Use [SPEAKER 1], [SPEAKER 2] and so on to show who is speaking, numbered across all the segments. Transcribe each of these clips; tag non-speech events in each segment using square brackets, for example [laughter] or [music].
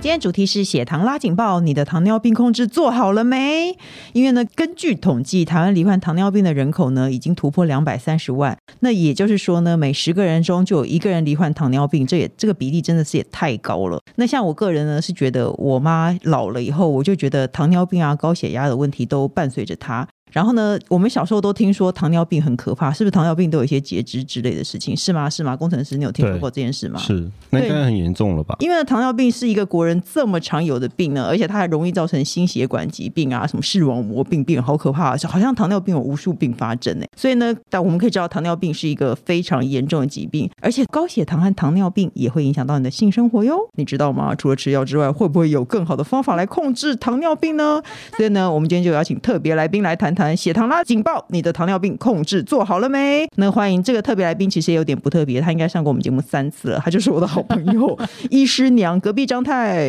[SPEAKER 1] 今天主题是血糖拉警报，你的糖尿病控制做好了没？因为呢，根据统计，台湾罹患糖尿病的人口呢已经突破两百三十万。那也就是说呢，每十个人中就有一个人罹患糖尿病，这也这个比例真的是也太高了。那像我个人呢，是觉得我妈老了以后，我就觉得糖尿病啊、高血压的问题都伴随着她。然后呢，我们小时候都听说糖尿病很可怕，是不是糖尿病都有一些截肢之类的事情？是吗？是吗？工程师，你有听说
[SPEAKER 2] 对
[SPEAKER 1] 过这件事吗？
[SPEAKER 2] 是，那
[SPEAKER 1] 对
[SPEAKER 2] 应该很严重了吧？
[SPEAKER 1] 因为糖尿病是一个国人这么常有的病呢，而且它还容易造成心血管疾病啊，什么视网膜病变，好可怕、啊！好像糖尿病有无数并发症呢。所以呢，但我们可以知道糖尿病是一个非常严重的疾病，而且高血糖和糖尿病也会影响到你的性生活哟，你知道吗？除了吃药之外，会不会有更好的方法来控制糖尿病呢？ [laughs] 所以呢，我们今天就邀请特别来宾来谈谈血糖拉警报，你的糖尿病控制做好了没？那欢迎这个特别来宾，其实也有点不特别，他应该上过我们节目三次了，他就是我的好朋友 [laughs] 医师娘隔壁张太。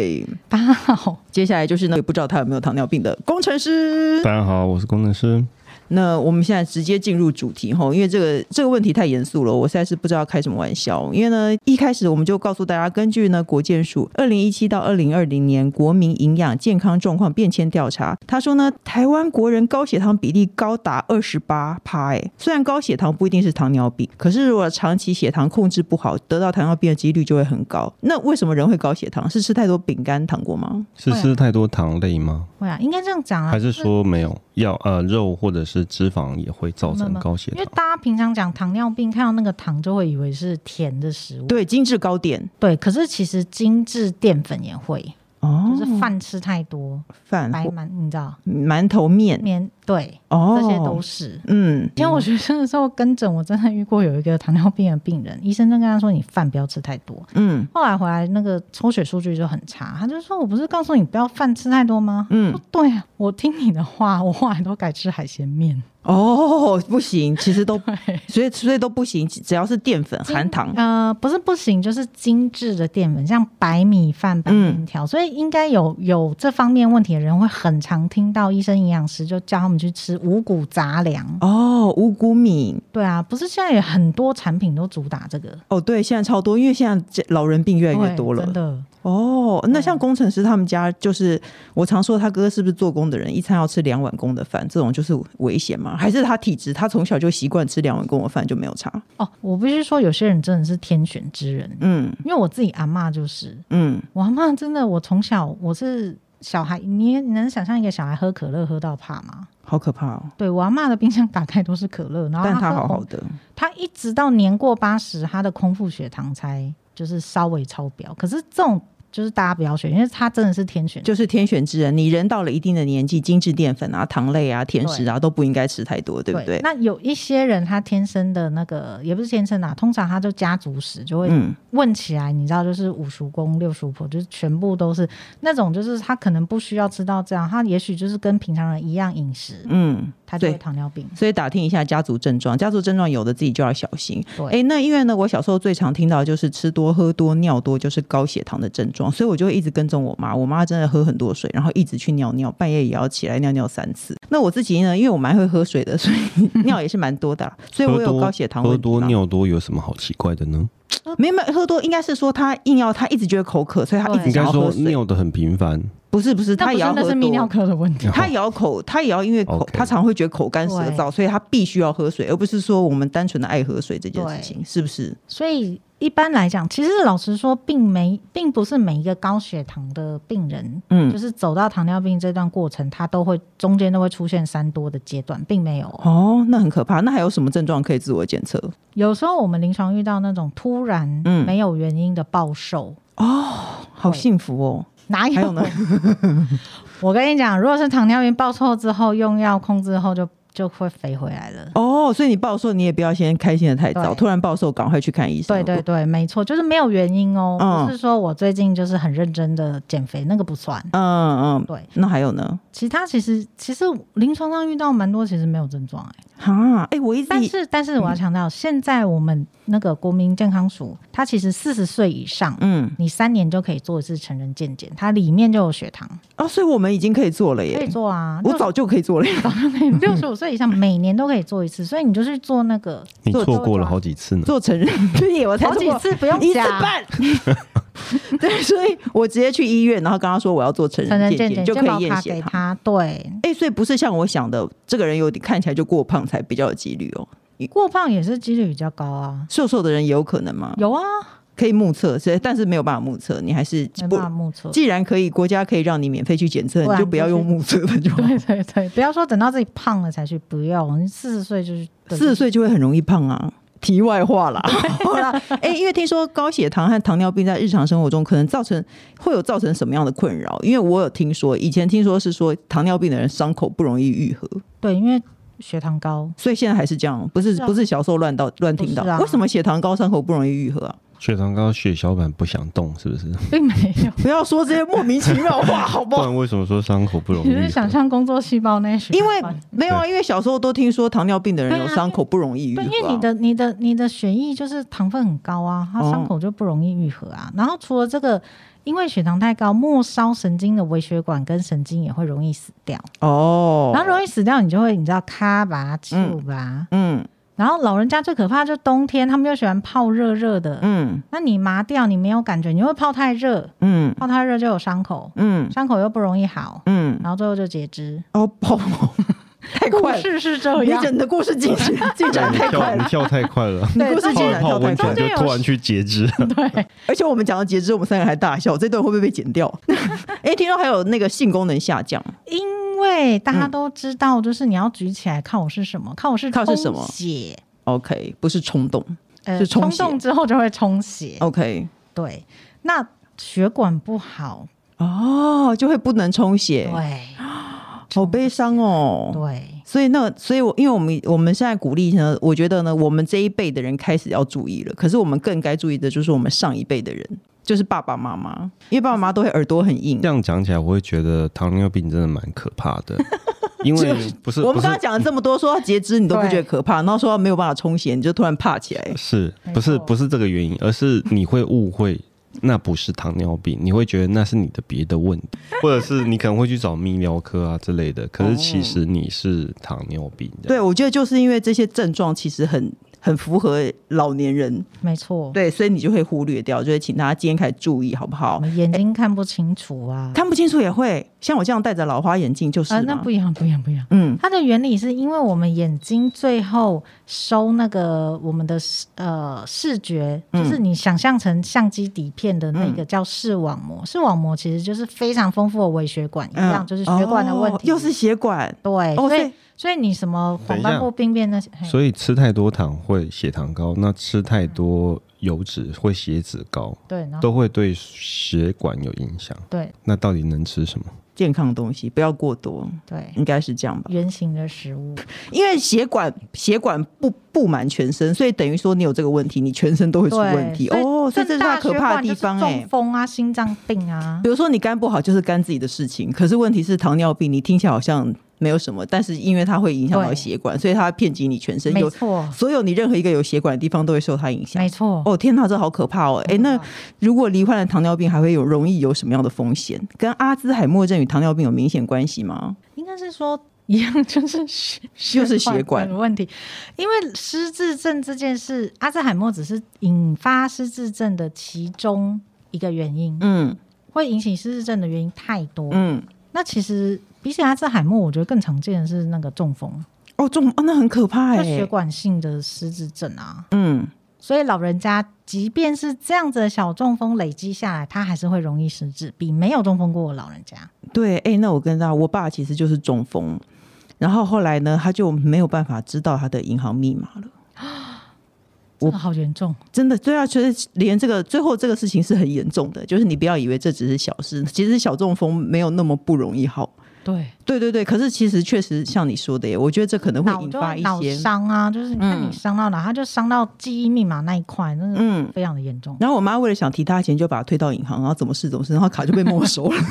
[SPEAKER 3] 八号，
[SPEAKER 1] 接下来就是呢，也不知道他有没有糖尿病的工程师。
[SPEAKER 2] 大家好，我是工程
[SPEAKER 1] 哎
[SPEAKER 2] 师。
[SPEAKER 1] 那我们现在直接进入主题吼，因为这个这个问题太严肃了，我实在是不知道开什么玩笑。因为呢，一开始我们就告诉大家，根据呢国健署二零一七到二零二零年国民营养健康状况变迁调查，他说呢，台湾国人高血糖比例高达二十八趴，哎、虽然高血糖不一定是糖尿病，可是如果长期血糖控制不好，得到糖尿病的几率就会很高。那为什么人会高血糖？是吃太多饼干糖果吗？
[SPEAKER 2] 是
[SPEAKER 3] 会啊
[SPEAKER 2] 吃太多糖类吗？
[SPEAKER 3] 对啊，应该这样讲啊，
[SPEAKER 2] 还是
[SPEAKER 3] 就是
[SPEAKER 2] 说没有药呃肉或者是脂肪也会造成高血
[SPEAKER 3] 因为
[SPEAKER 2] 糖？
[SPEAKER 3] 大家平常讲糖尿病，看到那个糖就会以为是甜的食物，
[SPEAKER 1] 对，精致糕点
[SPEAKER 3] 对可是其实精致淀粉也会，
[SPEAKER 1] 哦
[SPEAKER 3] 就是饭吃太多，
[SPEAKER 1] 饭
[SPEAKER 3] 白馒，你知道，
[SPEAKER 1] 馒头面
[SPEAKER 3] 面对，
[SPEAKER 1] 嗯哦，
[SPEAKER 3] 这些都是。
[SPEAKER 1] 嗯，
[SPEAKER 3] 以前我学生的时候跟诊，我真的遇过有一个糖尿病的病人，医生就跟他说：“你饭不要吃太多。”
[SPEAKER 1] 嗯
[SPEAKER 3] 后来回来那个抽血数据就很差，他就说：“我不是告诉你不要饭吃太多吗？”
[SPEAKER 1] 嗯
[SPEAKER 3] 我说对啊，我听你的话，我后来都改吃海鲜面。
[SPEAKER 1] 哦，不行，其实都
[SPEAKER 3] [laughs] 对，
[SPEAKER 1] 所以所以都不行，只只要是淀粉
[SPEAKER 3] 精
[SPEAKER 1] 含糖，
[SPEAKER 3] 呃，不是不行，就是精致的淀粉，像白米饭、白面
[SPEAKER 1] 嗯
[SPEAKER 3] 条，所以应该有有这方面问题的人会很常听到医生、营养师就叫他们去吃五谷杂粮。
[SPEAKER 1] 哦，五谷米，
[SPEAKER 3] 对啊，不是现在有很多产品都主打这个，
[SPEAKER 1] 哦，对，现在超多，因为现在这老人病越来越多
[SPEAKER 3] 对真
[SPEAKER 1] 了。
[SPEAKER 3] 的。嗯
[SPEAKER 1] 哦，那像工程师他们家，就是我常说他哥是不是做工的人，一餐要吃两碗公的饭，这种就是危险吗？还是他体质，他从小就习惯吃两碗公的饭就没有差？
[SPEAKER 3] 哦，我必须说，有些人真的是天选之人，
[SPEAKER 1] 嗯
[SPEAKER 3] 因为我自己阿嬷就是，
[SPEAKER 1] 嗯，
[SPEAKER 3] 我阿嬷真的，我从小我是小孩，你你能想象一个小孩喝可乐喝到怕吗？
[SPEAKER 1] 好可怕哦！
[SPEAKER 3] 对我阿嬷的冰箱打开都是可乐，然后哦
[SPEAKER 1] 但
[SPEAKER 3] 她
[SPEAKER 1] 他
[SPEAKER 3] 喝
[SPEAKER 1] 好
[SPEAKER 3] 红
[SPEAKER 1] 好的，
[SPEAKER 3] 他一直到年过八十，他的空腹血糖才就是稍微超标。可是这种就是大家不要选，因为他真的是天选。
[SPEAKER 1] 就是天选之人。你人到了一定的年纪，精致淀粉啊、糖类啊、甜食啊都不应该吃太多，对不对？
[SPEAKER 3] 那有一些人他天生的那个也不是天生的啊，通常他就家族史就会
[SPEAKER 1] 嗯，
[SPEAKER 3] 问起来，你知道就是五叔公六叔婆，就是全部都是那种，就是他可能不需要吃到这样，他也许就是跟平常人一样饮食，
[SPEAKER 1] 嗯，
[SPEAKER 3] 他就会
[SPEAKER 1] 对
[SPEAKER 3] 糖尿病。
[SPEAKER 1] 所以打听一下家族症状，家族症状有的自己就要小心。
[SPEAKER 3] 对
[SPEAKER 1] 哎，那因为呢，我小时候最常听到的就是吃多、喝多、尿多，就是高血糖的症状，所以我就会一直跟踪我妈。我妈真的喝很多水，然后一直去尿尿，半夜也要起来尿尿三次。那我自己呢，因为我蛮会喝水的，所以尿也是蛮多的啦，所以我
[SPEAKER 2] 喝
[SPEAKER 1] 有
[SPEAKER 2] 多
[SPEAKER 1] 高血糖
[SPEAKER 2] 喝
[SPEAKER 1] 问题
[SPEAKER 2] 多
[SPEAKER 1] 啦。
[SPEAKER 2] 尿多有什么好奇怪的呢？
[SPEAKER 1] 没有没有喝多，应该是说她硬要，她一直觉得口渴，所以她一直
[SPEAKER 2] 应该
[SPEAKER 1] 想要
[SPEAKER 2] 说
[SPEAKER 1] 喝水。
[SPEAKER 2] 尿的很频繁，
[SPEAKER 1] 不是不是，她
[SPEAKER 3] 那不
[SPEAKER 1] 也
[SPEAKER 3] 是
[SPEAKER 1] 要喝
[SPEAKER 3] 那
[SPEAKER 1] 多。
[SPEAKER 3] 是泌尿科的问题。
[SPEAKER 1] 他也要口，他也要因为口
[SPEAKER 2] 嗯 OK，
[SPEAKER 1] 他常会觉得口干舌燥，
[SPEAKER 3] 对
[SPEAKER 1] 所以他必须要喝水，而不是说我们单纯的爱喝水这件事情，是不是？
[SPEAKER 3] 所以一般来讲，其实老实说，并没并不是每一个高血糖的病人，
[SPEAKER 1] 嗯
[SPEAKER 3] 就，是走到糖尿病这段过程，他都会中间都会出现三多的阶段，并没有哦。
[SPEAKER 1] 哦，那很可怕。那还有什么症状可以自我检测？
[SPEAKER 3] 有时候我们临床遇到那种突然
[SPEAKER 1] 嗯
[SPEAKER 3] 没有原因的暴瘦，
[SPEAKER 1] 好幸福哦！
[SPEAKER 3] 哪
[SPEAKER 1] 还
[SPEAKER 3] 有
[SPEAKER 1] 有呢？
[SPEAKER 3] [laughs] 我跟你讲，如果是糖尿病暴瘦之后，用药控制后就就会肥回来了。
[SPEAKER 1] 哦，所以你暴瘦，你也不要先开心的太早，
[SPEAKER 3] 对
[SPEAKER 1] 突然暴瘦，赶快去看医生。
[SPEAKER 3] 对对对，没错，就是没有原因哦，
[SPEAKER 1] 嗯
[SPEAKER 3] 不是说我最近就是很认真的减肥，那个不算。
[SPEAKER 1] 嗯嗯，
[SPEAKER 3] 对，
[SPEAKER 1] 那还有呢？
[SPEAKER 3] 其他其实其实临床上遇到蛮多，其实没有症状哎、
[SPEAKER 1] 哈，哎，我一直
[SPEAKER 3] 但
[SPEAKER 1] 以
[SPEAKER 3] 是，但是我
[SPEAKER 1] 嗯
[SPEAKER 3] 要强调，现在我们那个国民健康署，它其实四十岁以上，
[SPEAKER 1] 嗯
[SPEAKER 3] 你三年就可以做一次成人健检，它里面就有血糖，
[SPEAKER 1] 哦，所以我们已经可以做了
[SPEAKER 3] 可以
[SPEAKER 1] 耶，
[SPEAKER 3] 做啊。
[SPEAKER 1] 我早就可以做了耶。 [laughs]
[SPEAKER 3] 六十五岁以上每年都可以做一次，所以你就去做那个
[SPEAKER 2] 你
[SPEAKER 1] 做
[SPEAKER 2] 错过了好几次呢。
[SPEAKER 1] 做成人对，我才
[SPEAKER 3] 好几
[SPEAKER 1] 做过
[SPEAKER 3] 次，不用
[SPEAKER 1] 一次
[SPEAKER 3] 讲。
[SPEAKER 1] 半。 [laughs] 对，所以我直接去医院，然后跟他说我要做成
[SPEAKER 3] 成
[SPEAKER 1] 人
[SPEAKER 3] 人
[SPEAKER 1] 健检，
[SPEAKER 3] 健
[SPEAKER 1] 就
[SPEAKER 3] 检
[SPEAKER 1] 可以验
[SPEAKER 3] 卡
[SPEAKER 1] 血
[SPEAKER 3] 给
[SPEAKER 1] 糖。
[SPEAKER 3] 他，对，
[SPEAKER 1] 哎、所以不是像我想的，这个人有点看起来就过胖才比较有几率哦。
[SPEAKER 3] 过胖也是几率比较高啊。
[SPEAKER 1] 瘦瘦的人也有可能吗？
[SPEAKER 3] 有啊，
[SPEAKER 1] 可以目测，所以但是没有办法目测，你还是
[SPEAKER 3] 没
[SPEAKER 1] 不
[SPEAKER 3] 办。法目测。
[SPEAKER 1] 既然可以，国家可以让你免费去检测，
[SPEAKER 3] 不
[SPEAKER 1] 你
[SPEAKER 3] 然
[SPEAKER 1] 就不要
[SPEAKER 3] 就是
[SPEAKER 1] 用目测的就好。
[SPEAKER 3] 对对对，不要说等到自己胖了才去，不用，你四十岁就是
[SPEAKER 1] 四十岁就会很容易胖啊。题外话啦， [laughs] 好啦，哎、因为听说高血糖和糖尿病在日常生活中可能造成会有造成什么样的困扰？因为我有听说，以前听说是说糖尿病的人伤口不容易愈合，
[SPEAKER 3] 对，因为血糖高，
[SPEAKER 1] 所以现在还是这样，不是哦
[SPEAKER 3] 是啊
[SPEAKER 1] 不是小时候乱到乱听到
[SPEAKER 3] 不是，啊
[SPEAKER 1] 为什么血糖高伤口不容易愈合啊？
[SPEAKER 2] 血糖高，血小板不想动，是不是？
[SPEAKER 3] 并没有。
[SPEAKER 1] 不要说这些莫名其妙的话，好不
[SPEAKER 2] 不
[SPEAKER 1] [laughs] 好？
[SPEAKER 2] 然为什么说伤口不容易哎
[SPEAKER 3] 你
[SPEAKER 2] 愈合？
[SPEAKER 3] 是想象工作细胞那些？
[SPEAKER 1] 因为没有啊，因为小时候都听说糖尿病的人有
[SPEAKER 3] 对啊
[SPEAKER 1] 伤口不容易愈合、
[SPEAKER 3] 对，
[SPEAKER 1] 啊，
[SPEAKER 3] 因为你的、你的、你的血液就是糖分很高啊，它
[SPEAKER 1] 哦
[SPEAKER 3] 伤口就不容易愈合啊。然后除了这个，因为血糖太高，末梢神经的微血管跟神经也会容易死掉，
[SPEAKER 1] 哦，
[SPEAKER 3] 然后容易死掉，你就会你知道咔吧、就吧。
[SPEAKER 1] 嗯
[SPEAKER 3] 然后老人家最可怕就冬天，他们又喜欢泡热热的，
[SPEAKER 1] 嗯
[SPEAKER 3] 那你麻掉你没有感觉，你会泡太热，
[SPEAKER 1] 嗯
[SPEAKER 3] 泡太热就有伤口，
[SPEAKER 1] 嗯
[SPEAKER 3] 伤口又不容易好，
[SPEAKER 1] 嗯，
[SPEAKER 3] 然后最后就截肢。
[SPEAKER 1] 哦，跑 [laughs] 太快
[SPEAKER 3] 故
[SPEAKER 1] 了。
[SPEAKER 3] 事是这
[SPEAKER 1] 你
[SPEAKER 3] 样，
[SPEAKER 1] 整的故事进行进展
[SPEAKER 2] 你
[SPEAKER 1] 太快
[SPEAKER 2] 跳你
[SPEAKER 1] 了，
[SPEAKER 2] 跳太
[SPEAKER 1] [laughs]
[SPEAKER 2] 快了，
[SPEAKER 1] 你
[SPEAKER 3] 对
[SPEAKER 1] 故事
[SPEAKER 2] 泡
[SPEAKER 1] 进
[SPEAKER 2] 一
[SPEAKER 1] 展
[SPEAKER 2] 泡
[SPEAKER 1] 跳太
[SPEAKER 2] 温
[SPEAKER 1] 快
[SPEAKER 2] 泉
[SPEAKER 1] 了，
[SPEAKER 2] 就突然去
[SPEAKER 1] [laughs]
[SPEAKER 2] 截肢。
[SPEAKER 1] 而且我们讲到截肢，我们三个还大笑，这段会不会被剪掉？ [laughs] 哎，听说还有那个性功能下降，
[SPEAKER 3] 因为大
[SPEAKER 1] 嗯
[SPEAKER 3] 家都知道，就是你要举起来看我是什么，看我是
[SPEAKER 1] 看我是什
[SPEAKER 3] 充
[SPEAKER 1] 么
[SPEAKER 3] 血，
[SPEAKER 1] OK，不是冲动
[SPEAKER 3] 呃，
[SPEAKER 1] 是充
[SPEAKER 3] 冲
[SPEAKER 1] 血
[SPEAKER 3] 动之后就会充血。
[SPEAKER 1] ，OK，
[SPEAKER 3] 对，那血管不好，
[SPEAKER 1] 哦，就会不能充血，
[SPEAKER 3] 对
[SPEAKER 1] 好悲伤哦。
[SPEAKER 3] 对，
[SPEAKER 1] 所以那，所以我因为我们我们现在鼓励呢，我觉得呢，我们这一辈的人开始要注意了。可是我们更该注意的就是我们上一辈的人，就是爸爸妈妈，因为爸爸妈妈都会耳朵很硬
[SPEAKER 2] 这。样讲起来，我会觉得糖尿病真的蛮可怕的，因为
[SPEAKER 1] [laughs]
[SPEAKER 2] 不是
[SPEAKER 1] 我们
[SPEAKER 2] 不是
[SPEAKER 1] 刚刚讲了这么多，说要截肢你都不
[SPEAKER 3] 对
[SPEAKER 1] 觉得可怕，然后说没有办法充血，你就突然怕起来。
[SPEAKER 2] 是
[SPEAKER 3] 没
[SPEAKER 2] 不是
[SPEAKER 3] 错
[SPEAKER 2] 不是这个原因，而是你会误会。那不是糖尿病，你会觉得那是你的别的问题，或者是你可能会去找泌尿科啊之类的。可是其实你是糖尿病的。
[SPEAKER 1] 对，我觉得就是因为这些症状其实很很符合老年人，
[SPEAKER 3] 没错，
[SPEAKER 1] 对，所以你就会忽略掉，就是请大家今天开始注意，好不
[SPEAKER 3] 我
[SPEAKER 1] 好？
[SPEAKER 3] 们眼睛看不清楚啊，
[SPEAKER 1] 看不清楚也会，像我这样戴着老花眼镜哎就是
[SPEAKER 3] 啊，
[SPEAKER 1] 嘛
[SPEAKER 3] 那不一样，不一样，不一样。
[SPEAKER 1] 嗯
[SPEAKER 3] 它的原理是因为我们眼睛最后收那个我们的视呃视觉，
[SPEAKER 1] 嗯
[SPEAKER 3] 就是你想象成相机底片的那个叫视网膜。视网膜其实就是非常丰富的微血管，一
[SPEAKER 1] 嗯
[SPEAKER 3] 样就是血管的问
[SPEAKER 1] 哦
[SPEAKER 3] 题。
[SPEAKER 1] 又是血管，
[SPEAKER 3] 对，
[SPEAKER 1] 哦
[SPEAKER 3] 所
[SPEAKER 1] 所以
[SPEAKER 3] 以所以你什么黄斑部病变那些，嘿
[SPEAKER 2] 所以吃太多糖会血糖高，那吃太多油脂会血脂高，
[SPEAKER 3] 对，然后
[SPEAKER 2] 都会对血管有影响。
[SPEAKER 3] 对
[SPEAKER 2] 那到底能吃什么？
[SPEAKER 1] 健康的东西不要过多，
[SPEAKER 3] 对
[SPEAKER 1] 应该是这样吧？
[SPEAKER 3] 圆形的食物，
[SPEAKER 1] 因为血管血管布布满全身，所以等于说你有这个问题，你全身都会出问题
[SPEAKER 3] 对
[SPEAKER 1] 哦，所以这是它
[SPEAKER 3] 大
[SPEAKER 1] 可
[SPEAKER 3] 血
[SPEAKER 1] 怕的
[SPEAKER 3] 管
[SPEAKER 1] 地
[SPEAKER 3] 就是
[SPEAKER 1] 方哎、
[SPEAKER 3] 中风啊，心脏病啊
[SPEAKER 1] 比，如说你肝不好就是肝自己的事情，可是问题是糖尿病，你听起来好像没有什么，但是因为它会影响到
[SPEAKER 3] 对
[SPEAKER 1] 血管，所以它遍及你全身，
[SPEAKER 3] 没
[SPEAKER 1] 有
[SPEAKER 3] 错，
[SPEAKER 1] 所有你任何一个有血管的地方都会受它影响
[SPEAKER 3] 没。错。
[SPEAKER 1] 哦天哪，这好可怕哦！哎，那如果罹患了糖尿病，还会有容易有什么样的风险？跟阿兹海默症与糖尿病有明显关系吗？
[SPEAKER 3] 应该是说一样，就是血
[SPEAKER 1] 就是血管
[SPEAKER 3] 的问题。因为失智症这件事，阿兹海默只是引发失智症的其中一个原因，
[SPEAKER 1] 嗯
[SPEAKER 3] 会引起失智症的原因太多。
[SPEAKER 1] 嗯，
[SPEAKER 3] 那其实比起阿兹海默，我觉得更常见的是那个中风，
[SPEAKER 1] 哦中哦那很可怕
[SPEAKER 3] 那、
[SPEAKER 1] 哎、
[SPEAKER 3] 血管性的失智症啊。
[SPEAKER 1] 嗯
[SPEAKER 3] 所以老人家即便是这样子的小中风累积下来，他还是会容易失智，比没有中风过的老人家。
[SPEAKER 1] 对哎、那我跟大家，我爸其实就是中风，然后后来呢他就没有办法知道他的银行密码了。我
[SPEAKER 3] 这个好严重，
[SPEAKER 1] 真的，对啊，其实连这个最后这个事情是很严重的，就是你不要以为这只是小事，其实小中风没有那么不容易好。
[SPEAKER 3] 对，
[SPEAKER 1] 对对对，可是其实确实像你说的耶，我觉得这可能会
[SPEAKER 3] 脑
[SPEAKER 1] 引
[SPEAKER 3] 就
[SPEAKER 1] 发
[SPEAKER 3] 会
[SPEAKER 1] 一
[SPEAKER 3] 脑
[SPEAKER 1] 些，
[SPEAKER 3] 伤啊，就是你看
[SPEAKER 1] 嗯
[SPEAKER 3] 你伤到哪，他就伤到记忆密码那一块，那是
[SPEAKER 1] 嗯。
[SPEAKER 3] 非常的严重。
[SPEAKER 1] 然后我妈为了想提他的钱，就把他推到银行，然后怎么试怎么试，然后卡就被没收了。 [laughs]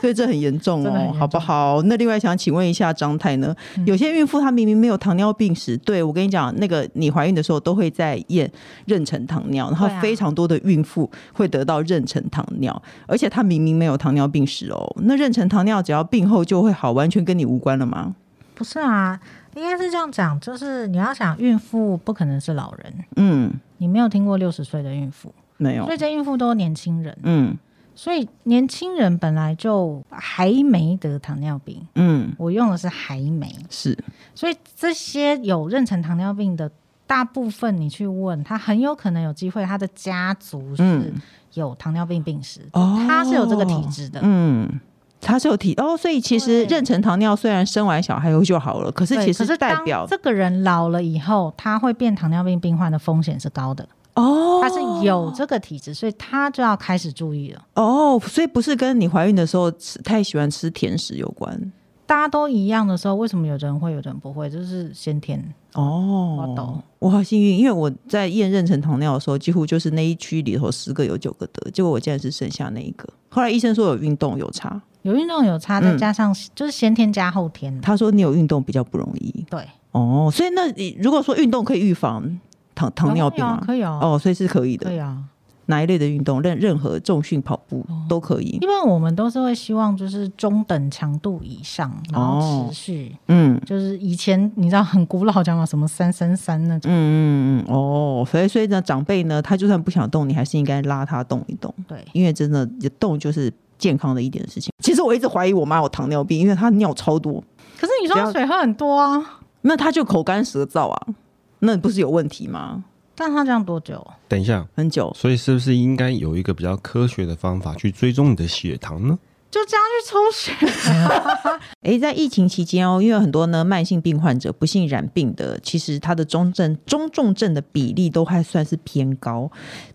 [SPEAKER 1] 所以这很严重
[SPEAKER 3] 真的很
[SPEAKER 1] 哦
[SPEAKER 3] 严，重嗯
[SPEAKER 1] 好不好？那另外想请问一下张太呢，有些孕妇她明明没有糖尿病史，对我跟你讲，那个你怀孕的时候都会在验妊娠糖尿，然后
[SPEAKER 3] 对啊
[SPEAKER 1] 非常多的孕妇会得到妊娠糖尿，而且她明明没有糖尿病史哦，那妊娠糖尿只要病后就会好，完全跟你无关了吗？
[SPEAKER 3] 不是啊，应该是这样讲，就是你要想，孕妇不可能是老人，
[SPEAKER 1] 嗯，
[SPEAKER 3] 你没有听过六十岁的孕妇，
[SPEAKER 1] 没有
[SPEAKER 3] 所，以这孕妇都是年轻人，
[SPEAKER 1] 嗯
[SPEAKER 3] 所以年轻人本来就还没得糖尿病。
[SPEAKER 1] 嗯，
[SPEAKER 3] 我用的是还没，
[SPEAKER 1] 是，
[SPEAKER 3] 所以这些有妊娠糖尿病的，大部分你去问他，很有可能有机会他的家族是
[SPEAKER 1] 嗯
[SPEAKER 3] 有糖尿病病史，
[SPEAKER 1] 哦
[SPEAKER 3] 他是有这个体质的。
[SPEAKER 1] 嗯。她是有体哦，所以其实
[SPEAKER 3] 对
[SPEAKER 1] 妊娠糖尿虽然生完小孩后就好了，可是
[SPEAKER 3] 对
[SPEAKER 1] 其
[SPEAKER 3] 可
[SPEAKER 1] 实
[SPEAKER 3] 是
[SPEAKER 1] 代
[SPEAKER 3] 当
[SPEAKER 1] 表
[SPEAKER 3] 这个人老了以后，他会变糖尿病病患的风险是高的，
[SPEAKER 1] 哦，
[SPEAKER 3] 他是有这个体质，所以他就要开始注意了。
[SPEAKER 1] 哦，所以不是跟你怀孕的时候吃太喜欢吃甜食有关
[SPEAKER 3] 大家都一样的时候，为什么有的人会，有的人不会？就是先天。
[SPEAKER 1] 哦。
[SPEAKER 3] 我懂，
[SPEAKER 1] 我好幸运，因为我在验妊娠糖尿的时候，几乎就是那一区里头十个有九个得，结果我竟然是剩下那一个。后来医生说有运动有差，
[SPEAKER 3] 有运动有差，
[SPEAKER 1] 嗯
[SPEAKER 3] 再加上就是先天加后天啦
[SPEAKER 1] 他说你有运动比较不容易
[SPEAKER 3] 对，
[SPEAKER 1] 哦。所以那你如果说运动可以预防糖糖尿病
[SPEAKER 3] 有啊
[SPEAKER 1] 啊，
[SPEAKER 3] 可以啊，
[SPEAKER 1] 哦，所以是可以
[SPEAKER 3] 可
[SPEAKER 1] 的。
[SPEAKER 3] 以啊。
[SPEAKER 1] 哪一类的运动，任任何重训、跑步
[SPEAKER 3] 哦
[SPEAKER 1] 都可以
[SPEAKER 3] 一。般我们都是会希望就是中等强度以上，
[SPEAKER 1] 哦
[SPEAKER 3] 然后持续。
[SPEAKER 1] 嗯
[SPEAKER 3] 就是以前你知道很古老讲法，什么三三三那种，
[SPEAKER 1] 嗯嗯嗯，哦，所以所以呢，长辈呢，他就算不想动，你还是应该拉他动一动。
[SPEAKER 3] 对，
[SPEAKER 1] 因为真的动就是健康的一点事情。其实我一直怀疑我妈有糖尿病，因为她尿超多，
[SPEAKER 3] 可是你说她水喝很多啊，
[SPEAKER 1] 那她就口干舌燥啊，那不是有问题吗？
[SPEAKER 3] 但她这样多久？
[SPEAKER 2] 等一下，
[SPEAKER 1] 很久
[SPEAKER 2] 所以是不是应该有一个比较科学的方法去追踪你的血糖呢？
[SPEAKER 3] 就这样去抽
[SPEAKER 1] [laughs]
[SPEAKER 3] 血？
[SPEAKER 1] 诶，在疫情期间哦，因为很多呢慢性病患者不幸染病的，其实他的中症、中重症的比例都还算是偏高。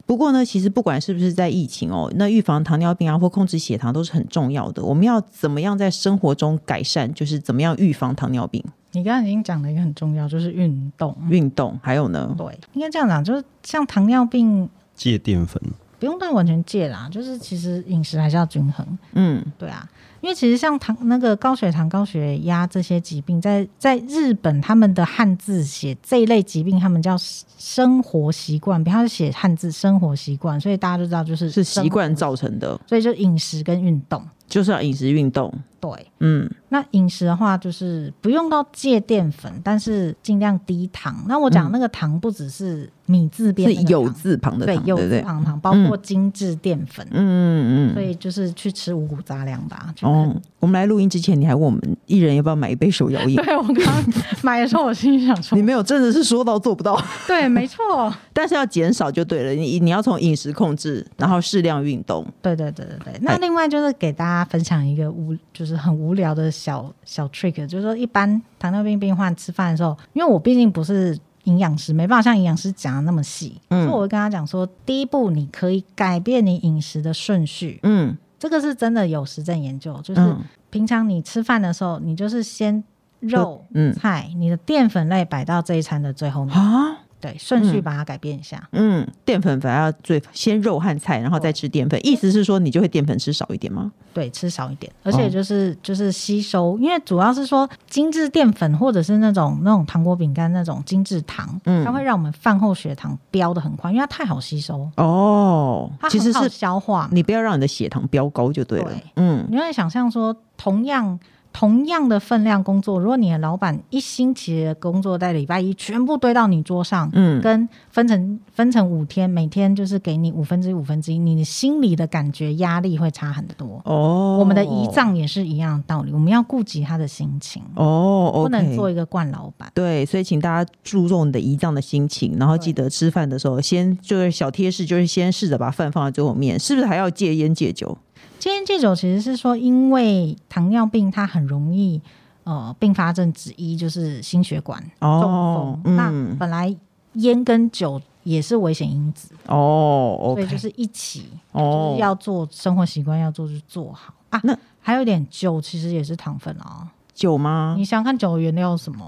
[SPEAKER 1] 不过呢，其实不管是不是在疫情哦，那预防糖尿病啊或控制血糖都是很重要的。我们要怎么样在生活中改善，就是怎么样预防糖尿病？
[SPEAKER 3] 你刚刚已经讲了一个很重要，就是运动。
[SPEAKER 1] 运动还有呢，
[SPEAKER 3] 对，应该这样讲，就是像糖尿病，
[SPEAKER 2] 戒淀粉，
[SPEAKER 3] 不用到完全戒啦，就是其实饮食还是要均衡。
[SPEAKER 1] 嗯
[SPEAKER 3] 对啊，因为其实像糖那个高血糖、高血压这些疾病，在在日本他们的汉字写这一类疾病，他们叫生活习惯，比方写汉字生活习惯，所以大家就知道就是
[SPEAKER 1] 是习惯
[SPEAKER 3] 生活，
[SPEAKER 1] 造成的。
[SPEAKER 3] 所以就饮食跟运动。
[SPEAKER 1] 就是要饮食运动。
[SPEAKER 3] 对，
[SPEAKER 1] 嗯
[SPEAKER 3] 那饮食的话就是不用到戒淀粉，但是尽量低糖。那我讲那个糖不只是米字，边
[SPEAKER 1] 嗯是
[SPEAKER 3] 那个
[SPEAKER 1] 有
[SPEAKER 3] 糖
[SPEAKER 1] 字旁的
[SPEAKER 3] 对
[SPEAKER 1] 糖，对
[SPEAKER 3] 有
[SPEAKER 1] 不
[SPEAKER 3] 字
[SPEAKER 1] 对？
[SPEAKER 3] 旁糖，包括精致淀粉。
[SPEAKER 1] 嗯嗯
[SPEAKER 3] 所
[SPEAKER 1] 嗯。
[SPEAKER 3] 以就是去吃五谷杂粮吧。去看
[SPEAKER 1] 哦，我们来录音之前，你还问我们一人要不要买一杯
[SPEAKER 3] [laughs]
[SPEAKER 1] 手摇饮？
[SPEAKER 3] 对我刚刚买的时候，我心里想说
[SPEAKER 1] 你，没有，真的是说到做不到，
[SPEAKER 3] 对，没错，
[SPEAKER 1] [laughs] 但是要减少就对了。你你要从饮食控制，然后适量运动。
[SPEAKER 3] 对对对对对。那另外就是给大家分享一个无，就是很无聊的小小 trick，就是说一般糖尿病病患吃饭的时候，因为我毕竟不是营养师，没办法像营养师讲的那么细，
[SPEAKER 1] 嗯
[SPEAKER 3] 所以我会跟他讲说，第一步你可以改变你饮食的顺序，
[SPEAKER 1] 嗯，
[SPEAKER 3] 这个是真的有实证研究，就是
[SPEAKER 1] 嗯
[SPEAKER 3] 平常你吃饭的时候，你就是先肉、
[SPEAKER 1] 嗯
[SPEAKER 3] 菜，你的淀粉类摆到这一餐的最后面，
[SPEAKER 1] 啊，
[SPEAKER 3] 对，顺序
[SPEAKER 1] 嗯
[SPEAKER 3] 把它改变一下。
[SPEAKER 1] 嗯，淀粉反而要最先肉和菜，然后再吃淀粉。意思是说你就会淀粉吃少一点吗？
[SPEAKER 3] 对，吃少一点，而
[SPEAKER 1] 哦
[SPEAKER 3] 且就是、就是吸收，因为主要是说精致淀粉或者是那种那种糖果饼干那种精致糖，
[SPEAKER 1] 嗯
[SPEAKER 3] 它会让我们饭后血糖飙的很快，因为它太好吸收，
[SPEAKER 1] 哦
[SPEAKER 3] 它，
[SPEAKER 1] 其
[SPEAKER 3] 很
[SPEAKER 1] 实
[SPEAKER 3] 好
[SPEAKER 1] 是
[SPEAKER 3] 消化。
[SPEAKER 1] 你不要让你的血糖飙高就对了。
[SPEAKER 3] 对
[SPEAKER 1] 嗯
[SPEAKER 3] 你会想象说，同样同样的分量工作，如果你的老板一星期的工作在礼拜一全部堆到你桌上，
[SPEAKER 1] 嗯，
[SPEAKER 3] 跟分成分成五天，每天就是给你五分之一五分之一，你心里的感觉压力会差很多。
[SPEAKER 1] 哦，
[SPEAKER 3] 我们的胰脏也是一样的道理，我们要顾及他的心情，
[SPEAKER 1] 哦，OK，
[SPEAKER 3] 不能做一个惯老板。
[SPEAKER 1] 对，所以请大家注重你的胰脏的心情，然后记得吃饭的时候先就是小贴士，就是先试着把饭放在最后面，是不是还要戒烟戒酒？
[SPEAKER 3] 戒烟戒酒其实是说，因为糖尿病它很容易呃并发症之一就是心血管中风，
[SPEAKER 1] 哦
[SPEAKER 3] 那
[SPEAKER 1] 嗯，
[SPEAKER 3] 本来烟跟酒也是危险因子，
[SPEAKER 1] 哦
[SPEAKER 3] 所以
[SPEAKER 1] ，OK，
[SPEAKER 3] 就是一起就是
[SPEAKER 1] 哦，
[SPEAKER 3] 要做生活习惯要做就做好啊。
[SPEAKER 1] 那
[SPEAKER 3] 还有一点酒其实也是糖分啊，
[SPEAKER 1] 酒吗
[SPEAKER 3] 你？想想看酒的原料是什么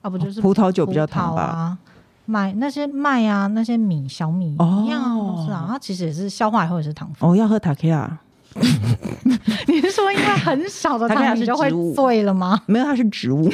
[SPEAKER 3] 啊？不就是
[SPEAKER 1] 哦葡萄酒比较
[SPEAKER 3] 葡萄
[SPEAKER 1] 糖吧？
[SPEAKER 3] 啊，麦那些麦啊，那些米小米、
[SPEAKER 1] 哦 [laughs]
[SPEAKER 3] 一样啊，都是啊，它其实也是消化以后也是糖分。
[SPEAKER 1] 哦，要喝塔 q 拉，
[SPEAKER 3] 你是说因为很少的
[SPEAKER 1] 它跟它
[SPEAKER 3] 糖
[SPEAKER 1] 是
[SPEAKER 3] 你就会
[SPEAKER 1] 植物
[SPEAKER 3] 醉了吗？
[SPEAKER 1] 没有，它是植物，